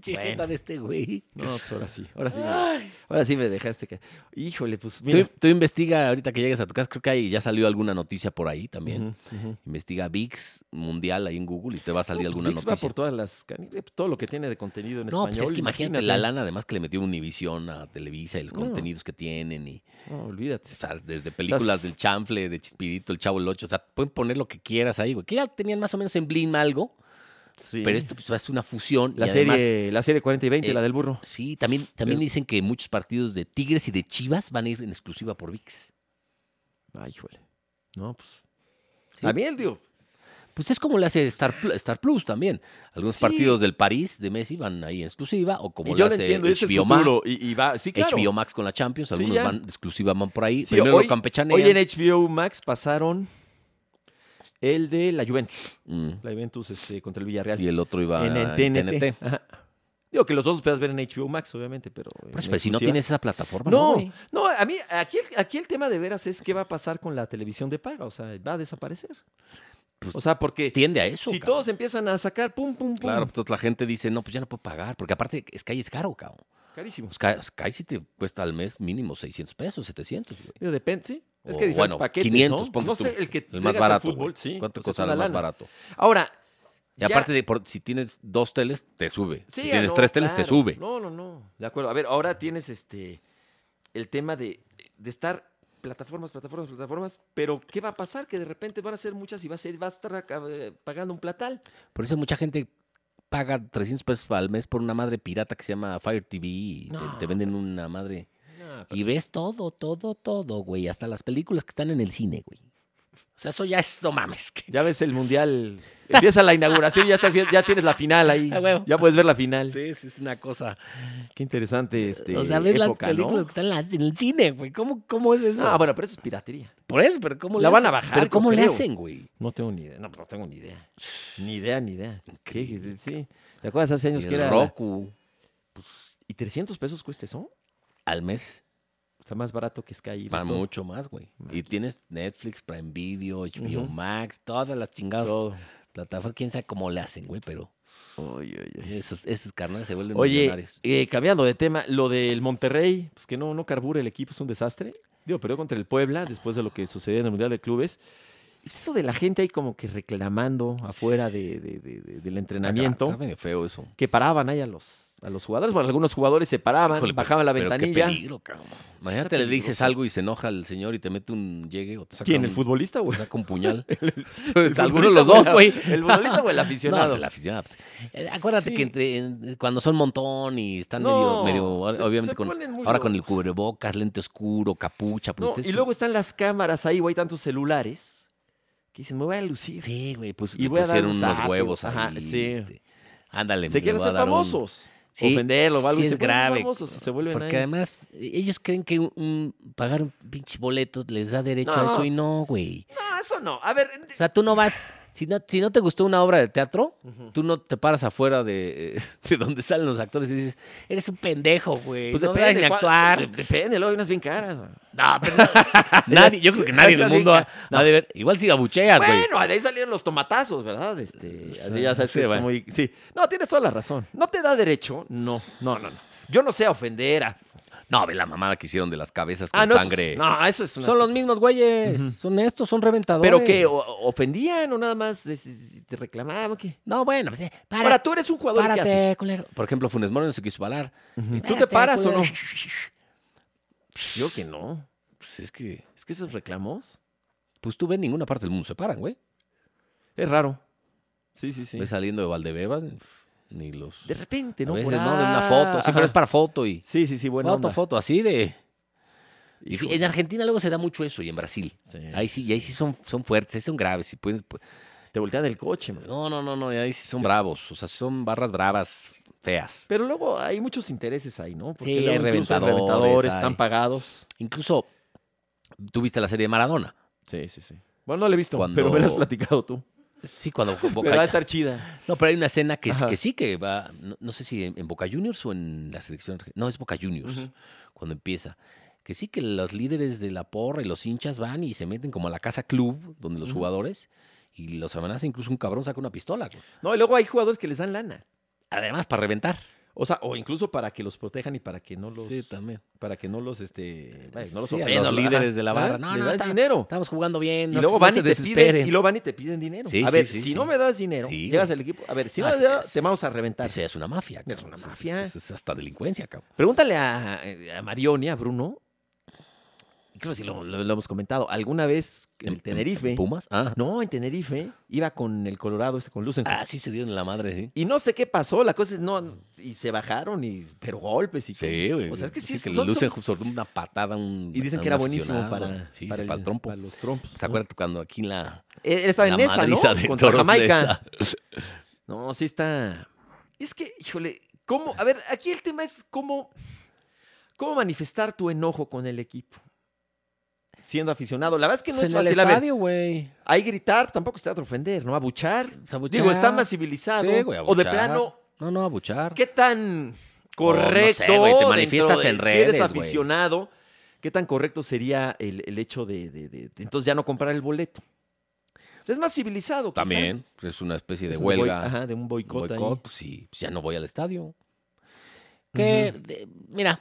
B: Chileta de este güey.
A: No, pues ahora sí. Ahora sí, me, ahora sí me dejaste. Que... Híjole, pues
B: Tú,
A: mira.
B: tú investiga ahorita que llegues a tu casa, creo que ahí ya salió alguna noticia por ahí también.
A: Ujú, ujú.
B: Investiga VIX Mundial ahí en Google y te va a salir
A: No, pues
B: alguna
A: ViX va
B: noticia.
A: por todas las can- eh, todo lo que tiene de contenido en
B: No,
A: español.
B: pues es que imagínate, la lana además que le metió Univision a Televisa y los
A: No.
B: contenidos que tienen y
A: No,
B: o
A: olvídate.
B: sea, desde películas del chanfle, de Chispirito, el Chavo el Ocho, o sea, pueden poner lo que quieras ahí, güey. Que ya tenían más o menos en Blim algo,
A: Sí.
B: pero esto pues va a ser una fusión.
A: la
B: y además-
A: serie, la serie 40 y 20,
B: eh,
A: la del burro.
B: sí, también, también
A: Pero-
B: dicen que muchos partidos de Tigres y de Chivas van a ir en exclusiva por VIX.
A: Ay, híjole. No, pues.
B: ¿sí?
A: A mí el digo.
B: Pues es como le hace Star, Pl- Star Plus también. Algunos
A: Sí.
B: partidos del París de Messi van ahí en exclusiva, o como
A: Y
B: le
A: yo lo
B: hace
A: entiendo, es el
B: HBO Max.
A: futuro. Y, y va, sí, claro.
B: HBO Max con la Champions,
A: Sí,
B: algunos
A: ya.
B: van de exclusiva, van por ahí.
A: Sí,
B: Primero
A: hoy-
B: lo campechanean.
A: Hoy en HBO Max pasaron el de la Juventus.
B: Mm.
A: La Juventus este, contra el Villarreal.
B: Y el otro iba
A: en, el TNT. Ajá. Digo que los dos los puedes ver en HBO Max, obviamente, pero.
B: Por eso,
A: en
B: pero si no
A: exclusiva.
B: tienes esa plataforma, no,
A: No,
B: güey.
A: no, a mí, aquí el, aquí el tema de veras es qué va a pasar con la televisión de paga. O sea, va a desaparecer.
B: Pues,
A: o sea, porque
B: tiende a eso.
A: si
B: cabrón.
A: todos empiezan a sacar, pum, pum, pum.
B: Claro, entonces la gente dice, no, pues ya no puedo pagar, porque aparte Sky es caro, cabrón. Pues
A: Carísimo.
B: Sky, Sky sí te cuesta al mes mínimo 600 pesos, 700, güey.
A: Digo, Depende, sí. Es
B: O,
A: que hay diferentes
B: bueno,
A: paquetes,
B: 500,
A: ¿no?
B: ponte
A: No
B: tú,
A: sé, el que
B: El más
A: tengas en
B: barato.
A: fútbol,
B: güey.
A: sí.
B: ¿Cuánto
A: pues, es
B: costará
A: una
B: el más
A: lana.
B: barato?
A: Ahora,
B: Y
A: ya-
B: aparte, de por- si tienes dos teles, te sube.
A: Sí,
B: si
A: ah,
B: tienes
A: no,
B: tres teles, te
A: claro.
B: sube.
A: No, no, no. De acuerdo. A ver, ahora tienes este el tema de, de estar plataformas, plataformas, plataformas, pero ¿qué va a pasar? Que de repente van a ser muchas y va a ser, vas a estar acá, eh, pagando un platal.
B: Por eso mucha gente paga 300 pesos al mes por una madre pirata que se llama Fire TV y te-
A: No,
B: te, venden
A: pues-
B: una madre. Y ves todo, todo, todo, güey. Hasta las películas que están en el cine, güey. O sea, eso ya es, no mames. que-
A: ya ves el mundial. Empieza la inauguración y ya, estás, vi- ya tienes la final ahí.
B: <laughs> A huevo.
A: Ya puedes ver la final.
B: Sí, sí, es una cosa.
A: Qué interesante este,
B: o sea, ves
A: época,
B: las películas
A: ¿no?
B: que están en, la- en el cine, güey. ¿Cómo, ¿Cómo es eso?
A: Ah, bueno, pero eso es piratería.
B: Por eso, pero ¿cómo
A: La
B: le
A: van
B: hacen?
A: a bajar,
B: Pero
A: yo
B: ¿cómo le
A: creo.
B: hacen, güey?
A: No tengo ni idea. No, pero no tengo ni idea. Ni idea, ni idea. ¿Qué? Sí. ¿Te acuerdas hace años
B: Y
A: que
B: el
A: era?
B: Roku
A: Pues, ¿Y 300 pesos cuesta eso?
B: al mes
A: Está más barato que Sky. y
B: va
A: ves todo.
B: mucho más, güey. Y tienes Netflix, Prime Video, HBO
A: Ujú.
B: Max, todas las chingadas
A: Todo.
B: plataformas. Quién sabe cómo le hacen, güey, pero esos, esos carnales se vuelven
A: Oye,
B: millonarios.
A: eh, cambiando de tema, lo del Monterrey, pues que no, no carbura el equipo, es un desastre. Digo, perdió contra el Puebla después de lo que sucedió en el Mundial de Clubes. Eso de la gente ahí como que reclamando afuera de- de- de- de- del
B: Está,
A: entrenamiento,
B: está medio feo eso.
A: que paraban ahí a los, a los jugadores. Bueno, algunos jugadores se paraban,
B: Híjole, pero-
A: bajaban la
B: pero qué
A: ventanilla.
B: peligro, cabrón. Imagínate,
A: está
B: le dices
A: peligroso.
B: algo y se enoja el señor y te mete un llegue o te saca,
A: ¿Quién?
B: un,
A: ¿El futbolista,
B: te
A: güey?
B: saca un <laughs> puñal.
A: <laughs>
B: Pues,
A: El
B: Algunos
A: futbolista
B: de los
A: o
B: dos,
A: el-
B: güey.
A: ¿El futbolista o el
B: <laughs> No,
A: aficionado?
B: se la aficionaba, pues. Eh, Acuérdate
A: Sí.
B: que entre, en- cuando son montón y están
A: No,
B: medio, medio
A: se-
B: obviamente,
A: se
B: con,
A: ponen muy
B: ahora con el
A: locos.
B: cubrebocas, lente oscuro, capucha, pues
A: No, y
B: eso-
A: luego están las cámaras ahí, güey, hay tantos celulares que dicen, me voy a lucir.
B: Sí, güey, pues
A: Y
B: le
A: voy a dar
B: pusieron
A: un
B: unos
A: zape,
B: huevos ahí.
A: ajá, sí.
B: este, ándale,
A: se
B: me
A: quieren
B: voy a
A: ser
B: dar un-
A: famosos.
B: Sí,
A: Ofenderlo o algo.
B: sí
A: y
B: es
A: se vuelven
B: grave.
A: famosos y se vuelven
B: Porque
A: ahí.
B: además pues, ellos creen que un- un- pagar un pinche boleto les da derecho a
A: No.
B: eso y no, güey.
A: No, Ah, eso no. A ver. eh,
B: O sea, tú no vas, si no, si no te gustó una obra de teatro,
A: Ujú.
B: tú no te paras afuera de, eh, <laughs> de donde salen los actores y dices, eres un pendejo, güey. no sabes ni
A: cua-
B: actuar.
A: Pues de- Depende, luego hay unas bien caras. güey.
B: <laughs> No, pero no- nadie, yo creo que nadie en el mundo ha, ha de ver. Igual si abucheas, güey.
A: Ah, Bueno, de ahí salieron los tomatazos, ¿verdad? Este,
B: O
A: así
B: sea,
A: ya sabes
B: sí,
A: que es
B: bueno.
A: muy- Sí. No, tienes toda la razón. ¿No te da derecho? No, no, no, no. Yo no sé a ofender a...
B: No, ve la mamada que hicieron de las cabezas con
A: Ah, no, eso es-
B: sangre.
A: no, eso es una...
B: Son los mismos güeyes. Son estos, son reventadores.
A: ¿Pero qué? ¿O- ¿Ofendían o nada más des- te reclamaban? ¿Qué?
B: No, bueno, pues, eh, para-
A: Ahora, tú eres un jugador, ¿qué haces?
B: párate, culero. Por ejemplo, Funes Mori no se quiso parar.
A: ¿Tú te
B: Párate,
A: paras o no?
B: culero.
A: <laughs> Yo que no.
B: Pues es que,
A: Es que esos reclamos
B: pues tú ves ninguna parte del mundo se paran, güey.
A: es raro. Sí, sí, sí.
B: Ves saliendo de Valdebebas, ni los...
A: De repente,
B: Pues,
A: ¿no?
B: a veces,
A: Por-
B: ¿no? De una
A: ah,
B: foto. Sí, pero
A: ajá.
B: es para foto y...
A: Sí, sí, sí, bueno.
B: foto, foto, así de... Y fi-
A: Híjole.
B: en Argentina luego se da mucho eso y en Brasil. Ahí sí, y ahí sí son, son fuertes, ahí son graves. sí pueden- pu-
A: Te voltean el coche, man.
B: no, no, no, no, ahí sí son bravos. O sea, son barras bravas feas.
A: Pero luego hay muchos intereses ahí, ¿no?
B: Sí,
A: luego
B: hay
A: incluso
B: reventadores, hay-
A: están pagados.
B: Incluso, tuviste la serie de Maradona.
A: Sí, sí, sí. Bueno, no lo he visto,
B: Cuando-
A: pero me lo has platicado tú.
B: Sí, <laughs> cuando con Boca-
A: Pero va a estar chida.
B: No, pero hay una escena que, es-
A: Ajá.
B: que sí que va, no, no sé si en, en Boca Juniors o en la selección, arge- no, es Boca Juniors,
A: Ujú.
B: cuando empieza, que sí que los líderes de la porra y los hinchas van y se meten como a la casa club, donde los
A: Ujú.
B: jugadores, y los amenaza, incluso un cabrón saca una pistola. güey.
A: No, y luego hay jugadores que les dan lana.
B: Además, para reventar.
A: O sea, o incluso para que los protejan y para que no los.
B: Sí, también.
A: Para que no los, este. vaya, no los
B: Sí, a
A: ofendan.
B: los
A: Ajá.
B: líderes de la barra. No,
A: Le
B: no,
A: das
B: está-
A: dinero.
B: Estamos jugando bien.
A: Y
B: no-
A: luego
B: no
A: van
B: se
A: y te
B: desesperen.
A: piden. Y luego van y te piden dinero.
B: Sí,
A: a
B: sí,
A: ver,
B: sí,
A: si
B: sí.
A: no me das dinero,
B: Sí,
A: llegas
B: güey.
A: al equipo. A ver, si
B: No,
A: no me
B: es-
A: das,
B: es-
A: te vamos a reventar.
B: Eso ya es una mafia.
A: Es
B: cabrón.
A: una
B: Es-
A: mafia.
B: Es, es hasta delincuencia, cabrón.
A: Pregúntale a, a Marioni, a Bruno. y Creo que sí lo, lo- lo hemos comentado. ¿Alguna vez en el Tenerife?
B: Pumas? Ah.
A: no, en Tenerife. Iba con el Colorado, este con Lucenco.
B: Ah, sí se dieron la madre, sí.
A: Y no sé qué pasó. La cosa es no. Y se bajaron, y, pero golpes y
B: Sí, güey.
A: O sea, es que sí,
B: que
A: son-
B: Lucen soltó una patada a un.
A: Y dicen
B: a
A: que
B: un
A: era buenísimo
B: aficionado.
A: para,
B: Sí,
A: para,
B: para,
A: el-
B: el trompo.
A: para los trompos.
B: ¿Se acuerdan cuando aquí en la.
A: ¿no? Él estaba
B: la
A: en esa, ¿no?
B: madriza de
A: Contra
B: toros de
A: Jamaica.
B: esa.
A: No, sí está. Es que, híjole, ¿cómo? A ver, aquí el tema es cómo, cómo manifestar tu enojo con el equipo. Siendo aficionado. La verdad es que no
B: Pues
A: es
B: en el
A: fácil. A ver,
B: estadio, güey.
A: ahí gritar tampoco se trata de ofender, ¿no? Abuchar.
B: Abuchar.
A: Digo, está más civilizado.
B: Sí, güey,
A: o de
B: abuchar.
A: plano,
B: No, no, abuchar.
A: ¿qué tan
B: Oh, sé,
A: correcto?
B: güey, te
A: dentro
B: manifiestas
A: de-
B: en
A: Si eres
B: redes, güey.
A: aficionado, ¿qué tan correcto sería el, el hecho de, de- de- de entonces ya no comprar el boleto? O sea, Es más civilizado. quizá.
B: También. Es una especie de
A: Es un boi-
B: huelga.
A: ajá, de un boicot. ahí.
B: boicot, pues sí, pues ya no voy al estadio. Que, de- mira,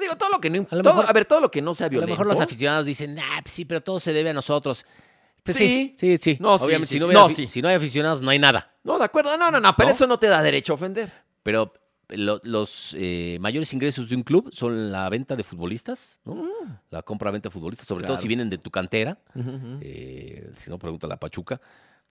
A: Digo, todo lo que no
B: A lo
A: importa. A,
B: mejor-
A: ver, todo lo que no sea violento.
B: a lo mejor los aficionados dicen, ah, pues sí, pero todo se debe a nosotros. Pues
A: Sí.
B: sí, sí, sí.
A: No, sí,
B: Obviamente,
A: sí,
B: si, no
A: sí.
B: hay
A: No,
B: afi-
A: sí.
B: si no hay aficionados, no hay nada.
A: No, de acuerdo. No, no, no, pero
B: ¿No?
A: eso no te da derecho a ofender.
B: Pero lo- los eh, mayores ingresos de un club son la venta de futbolistas, ¿no? La compra-venta de futbolistas, sobre
A: Claro.
B: todo si vienen de tu cantera. eh, si no, pregunta la Pachuca.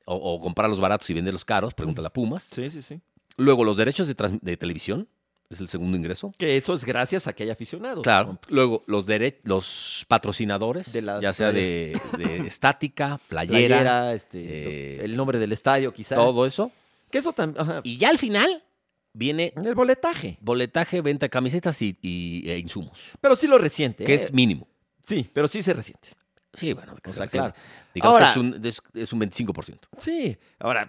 B: O, o comprar los baratos y venderlos caros, pregunta la Pumas.
A: Sí, sí, sí.
B: Luego, los derechos de, trans- de televisión es el segundo ingreso.
A: Que eso es gracias a que hay aficionados.
B: Claro.
A: ¿no?
B: Luego, los dere- los patrocinadores,
A: De las
B: ya sea de, de
A: <laughs>
B: estática, playera,
A: Playera, este,
B: eh,
A: el nombre del estadio, quizá.
B: todo eso.
A: Que eso también. ajá.
B: Y ya al final viene
A: El boletaje.
B: boletaje, venta de camisetas y, y- e insumos,
A: Pero sí lo resiente.
B: que
A: ¿eh?
B: es mínimo.
A: Sí, pero sí se resiente.
B: Sí, bueno, de que
A: O
B: se
A: sea,
B: resiente.
A: claro.
B: digamos
A: Ahora-
B: que es un, es, es un 25%.
A: Sí. Ahora,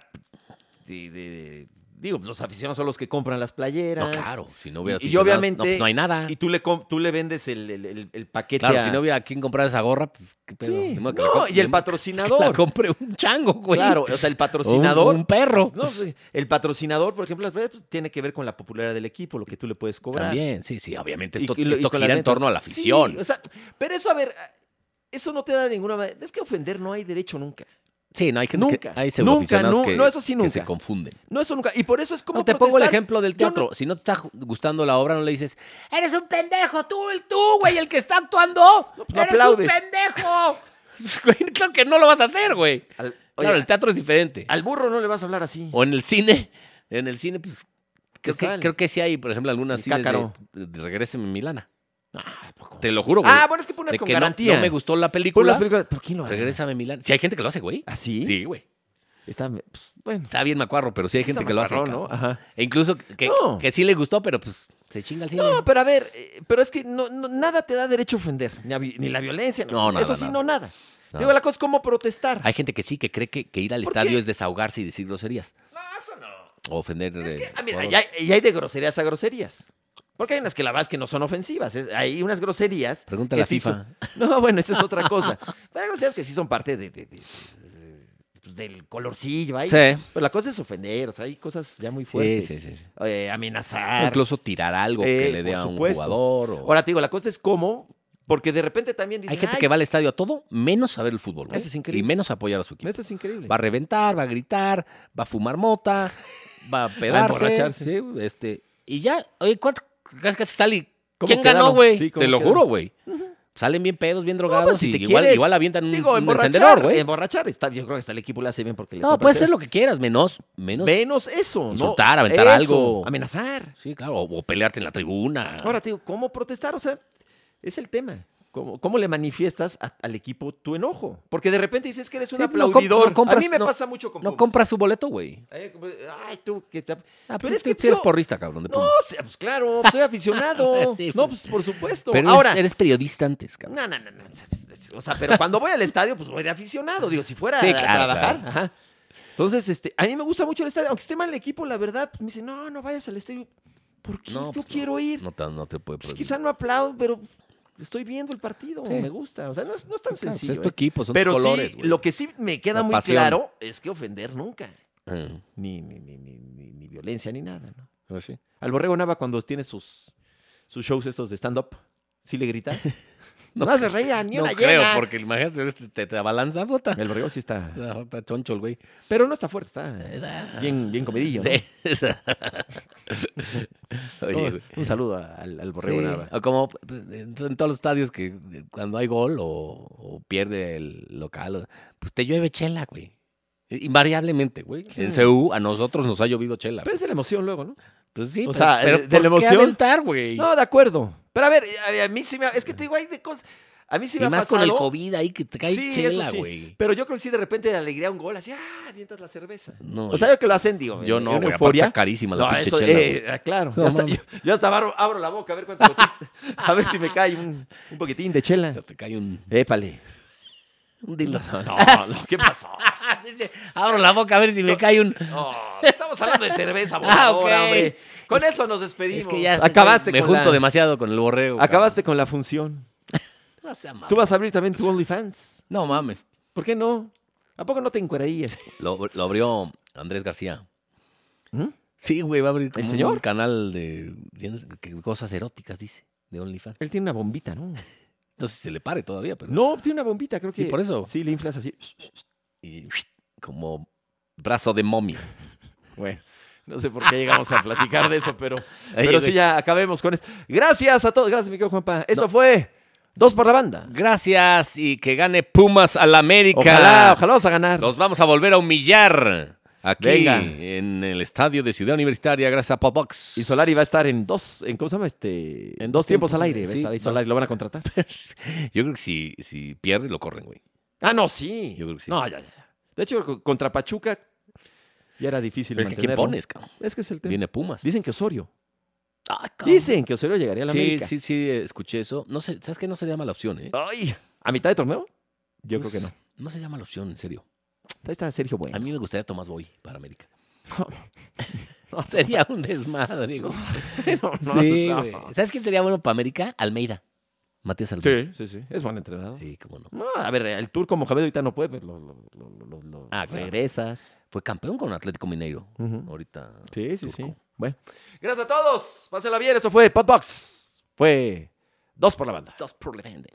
A: de- de- digo, los aficionados son los que compran las playeras.
B: No, claro, si no hubiera
A: Y- y
B: aficionados,
A: obviamente-
B: no, pues no hay nada.
A: Y tú le, com- tú le vendes el, el- el- el paquete
B: Claro,
A: a-
B: si no hubiera quien comprar esa gorra, pues qué pedo.
A: Sí.
B: Ni modo que
A: No,
B: <laughs> la comp-
A: y
B: ni
A: el
B: modo que La
A: patrocinador.
B: compre un chango, güey.
A: Claro, o sea, el
B: <laughs> O un-
A: patrocinador.
B: Un, perro.
A: No, pues, el patrocinador, por ejemplo, las redes, pues, tiene que ver con la popularidad del equipo, lo que tú le puedes cobrar.
B: También, sí, sí, obviamente
A: Y-
B: esto,
A: y lo- y
B: esto
A: con las
B: gira en
A: ventas.
B: torno a la
A: Sí,
B: afición.
A: o sea, pero eso, a ver, eso no te da ninguna. ma- Es que ofender no hay derecho nunca.
B: Sí, no hay gente
A: Nunca,
B: que hay
A: nunca,
B: pseudoaficionados
A: nu-
B: que,
A: no, eso sí,
B: que
A: nunca.
B: se confunden.
A: No, eso nunca. Y por eso es como.
B: No, te pongo el
A: protestar.
B: ejemplo del
A: Yo no-
B: teatro. Si no te está ju- gustando la obra, no le dices, eres un pendejo, tú, el tú, güey, el que está actuando.
A: No, pues, lo
B: eres
A: aplaudes.
B: un pendejo. <laughs> Güey, claro que no lo vas a hacer, güey.
A: Al, oye,
B: Claro, el teatro es diferente.
A: al burro no le vas a hablar así.
B: O en el cine, en el cine, pues, creo
A: sale?
B: que, creo que sí hay, por ejemplo, algunas
A: El
B: cines de,
A: cácaro.
B: de Regréseme Milana.
A: Ah, poco.
B: Te lo juro, güey.
A: Ah, bueno, es que pones
B: de
A: con
B: que no-
A: garantía.
B: No, me gustó la
A: Pon
B: película.
A: la película. ¿Ah, ¿Pero quién lo hará?
B: Regrésame Milana. Si hay gente que lo hace, güey.
A: ¿Así?
B: Sí, güey.
A: Está, pues, bueno.
B: Está bien macuarro, pero sí hay
A: Sí
B: gente
A: está
B: que lo hace.
A: macarrón,
B: cabrón.
A: ¿no? Ajá.
B: E incluso que,
A: No.
B: que sí le gustó, pero pues se chinga el cine.
A: No, pero a ver, eh, pero es que no, no- nada te da derecho a ofender, ni, a vi- ni la violencia.
B: No, nada,
A: Eso sí,
B: nada.
A: no, nada.
B: No.
A: Digo, la cosa es cómo protestar.
B: Hay gente que sí, que cree que, que ir al
A: ¿Por
B: estadio
A: qué?
B: es desahogarse y decir groserías.
A: No, eso no.
B: O ofender.
A: Es que,
B: eh,
A: ah, mira,
B: por-
A: ya, hay- ya hay de groserías a groserías. Porque hay unas que la verdad es que no son ofensivas. es- Hay unas groserías.
B: Pregúntale
A: que
B: a
A: sí
B: FIFA.
A: son- No, bueno, eso es
B: <laughs>
A: otra cosa. Pero hay groserías que sí son parte de, de- de- de- pues, del colorcillo. ahí.
B: Sí.
A: Pero Pues, la cosa es ofender. O sea, hay cosas ya muy
B: Sí,
A: fuertes.
B: sí, sí, sí.
A: Eh, amenazar.
B: Incluso tirar algo
A: Eh,
B: que le dé
A: por
B: a un
A: supuesto.
B: jugador. o-
A: Ahora te digo, la cosa es cómo. Porque de repente también dicen.
B: Hay gente
A: "Ay,
B: que va al estadio a todo menos a ver el fútbol. güey,
A: Eso es increíble.
B: Y menos a apoyar a su equipo.
A: Eso es increíble.
B: Va a reventar, va a gritar, va a fumar mota,
A: <laughs>
B: va a pedarse.
A: emborracharse.
B: sí, este, y ya, oye, ¿cuánto? Casi, casi sale.
A: ¿Cómo
B: ¿Quién ganó,
A: quedaron?
B: güey?
A: Sí, ¿cómo
B: Te lo
A: quedaron?
B: juro, güey. Salen bien pedos, bien
A: No,
B: drogados
A: pues,
B: y
A: si te
B: igual,
A: quieres,
B: igual avientan un,
A: digo,
B: un
A: emborrachar,
B: encendedor, güey.
A: Emborrachar, está, yo creo que hasta el equipo le hace bien porque le
B: No,
A: compra
B: puedes
A: cero.
B: hacer lo que quieras, menos, menos.
A: Menos eso. ¿no?
B: Insultar, aventar algo. Ah.
A: Amenazar.
B: Sí, claro, o, o pelearte en la tribuna.
A: Ahora, te digo, ¿cómo protestar? O sea, es el tema. ¿Cómo, cómo le manifiestas a- al equipo tu enojo? Porque de repente dices que eres un
B: Sí, no comp-
A: aplaudidor.
B: no compras-
A: a mí me
B: no-
A: pasa mucho con
B: no
A: Pumas.
B: compras su boleto, güey.
A: Ay, como- Ay, tú que te...
B: Ah,
A: Pero
B: pues
A: es
B: tú
A: que
B: sí eres
A: yo-
B: porrista, cabrón, de
A: No,
B: Pumas.
A: o sea, pues claro, soy aficionado.
B: <laughs> Sí,
A: No,
B: pues.
A: pues por supuesto.
B: Pero eres,
A: Ahora,
B: eres periodista antes, cabrón.
A: No, no, no, no. O sea, pero cuando voy al estadio, pues voy de aficionado. Digo, si fuera
B: Sí,
A: a-
B: claro,
A: a trabajar. Ajá. Entonces, este, a mí me gusta mucho el estadio. Aunque esté mal el equipo, la verdad, pues, me dicen, no, no vayas al estadio. ¿Por qué? Yo
B: pues,
A: quiero ir.
B: No te, no te puede
A: pues
B: prohibir. Ah,
A: quizá no aplaudo, pero estoy viendo el partido.
B: Sí.
A: Me gusta. O sea, no es, no es tan
B: Claro, pues,
A: sencillo.
B: es tu
A: ¿eh?
B: equipo, son tus
A: Pero
B: colores,
A: sí,
B: güey.
A: lo que sí me queda
B: La
A: muy
B: pasión.
A: claro es que ofender nunca.
B: Mm.
A: Ni, ni, ni, ni, ni, ni violencia, ni nada. ¿no?
B: pues
A: Al Borrego Nava cuando tiene sus, sus shows estos de stand-up, sí le grita.
B: <laughs> No
A: no, se reían, ni
B: no
A: una
B: creo,
A: llena.
B: porque imagínate, este, te, te abalanza, <laughs> bota.
A: El Borrego sí está...
B: No, Está choncho el güey.
A: Pero no está fuerte, está
B: <laughs>
A: bien, bien comidillo. ¿no?
B: Sí. <laughs> Oye, güey.
A: Un saludo al, al Borrego
B: Sí,
A: Nava.
B: O como pues, en en todos los estadios que eh, cuando hay gol o, o pierde el local, o- pues te llueve chela, güey. I- Invariablemente, güey. En
A: Sí.
B: CU a nosotros nos ha llovido chela.
A: Pero
B: güey.
A: es de la emoción luego, ¿no?
B: Entonces, sí,
A: o
B: pero-
A: sea, eh,
B: pero
A: de- de
B: ¿por
A: la
B: qué
A: emoción?
B: aventar, güey?
A: No, de acuerdo. Pero a ver, a, a mí sí me... Es que te digo, hay de cosas... A mí sí me
B: y
A: ha
B: más con el
A: pasado,
B: COVID ahí que te cae
A: Sí, eso
B: chela,
A: sí.
B: güey.
A: Pero yo creo que sí de repente de alegría un gol, así, ah, mientras la cerveza.
B: No,
A: O sea, yo que lo hacen, digo.
B: yo
A: en-
B: no,
A: en
B: güey. Aparte
A: euforia.
B: está carísima la
A: No,
B: pinche
A: eso,
B: chela.
A: eh, ah, claro.
B: No,
A: yo, hasta,
B: mames.
A: yo- yo hasta abro, abro la boca a ver cuántas <laughs> gotitas- A ver si me cae un, un poquitín de
B: güey.
A: chela.
B: Te cae un,
A: Épale.
B: un dilo. <laughs>
A: No, no, ¿qué pasó?
B: Dice, Abro la boca a ver si me cae un...
A: <laughs> No, estamos hablando de cerveza voladora,
B: Ah, ok.
A: hombre. Con eso nos despedimos.
B: Es que ya
A: acabaste
B: me
A: con
B: junto
A: la-
B: demasiado con el borrego.
A: Acabaste con la función.
B: cabrón. No sea mamón.
A: Tú vas a abrir también tu OnlyFans.
B: No mames.
A: ¿Por qué no? ¿A poco no te encuerarías?
B: Lo, lo abrió Andrés García.
A: ¿Mm?
B: Sí, güey, va a abrir como
A: señor?
B: un canal de, de- de cosas eróticas, dice, de OnlyFans.
A: Él tiene una bombita, ¿no?
B: No sé si se le pare todavía, pero...
A: No, tiene una bombita, creo que.
B: Sí, por eso.
A: Sí, le inflas así.
B: Y, como brazo
A: <laughs>
B: de momia.
A: Bueno, no sé por qué llegamos a platicar de eso, pero,
B: Oye,
A: pero sí
B: güey,
A: ya acabemos con esto. Gracias a todos. Gracias, mi querido Juanpa. Esto fue Dos por la Banda.
B: Gracias y que gane Pumas al América.
A: Ojalá, ojalá vas a ganar.
B: Los vamos a volver a humillar aquí
A: Venga.
B: en el estadio de Ciudad Universitaria gracias a Popbox.
A: Y Solari va a estar en dos, en, ¿cómo se llama? Este, en dos tiempos al aire. Va a
B: sí,
A: estar ahí
B: va.
A: Solari, lo van a
B: <laughs>
A: contratar.
B: Yo creo que si, si pierde, lo corren, güey.
A: Ah, no, sí.
B: Yo creo que sí.
A: No, ya, ya. De hecho, co- contra Pachuca ya era difícil
B: Pero es que ¿Qué
A: mantenerlo.
B: pones, cabrón?
A: Es que es el tema.
B: Viene Pumas.
A: Dicen que Osorio.
B: Ah, cabrón.
A: Dicen que Osorio llegaría a la
B: sí,
A: América.
B: sí, sí, eh, escuché eso. No sé, ¿sabes qué? No sería mala opción, ¿eh?
A: Ay, ¿a mitad de torneo? Yo creo
B: Pues,
A: que no.
B: No sería mala opción, en serio.
A: Ahí está Sergio
B: A
A: Bueno.
B: mí me gustaría Tomás Boy para <laughs> América. No, sería un desmadre, güey.
A: <laughs> No, no,
B: sí,
A: no.
B: güey. ¿Sabes quién sería bueno para América? Almeida. Matías Almeida.
A: Sí, sí, sí. Es buen entrenador.
B: Sí, cómo no.
A: No, a ver, el turco Mohamed ahorita no puede, pero lo, lo- lo- lo- lo
B: Ah, claro.
A: regresas.
B: Fue campeón con Atlético Mineiro.
A: Ujú.
B: Ahorita.
A: Sí, sí, sí.
B: Turco.
A: Bueno. Gracias a todos. Pásenla bien. Eso fue Podbox. Fue dos por la banda.
B: Dos por la banda.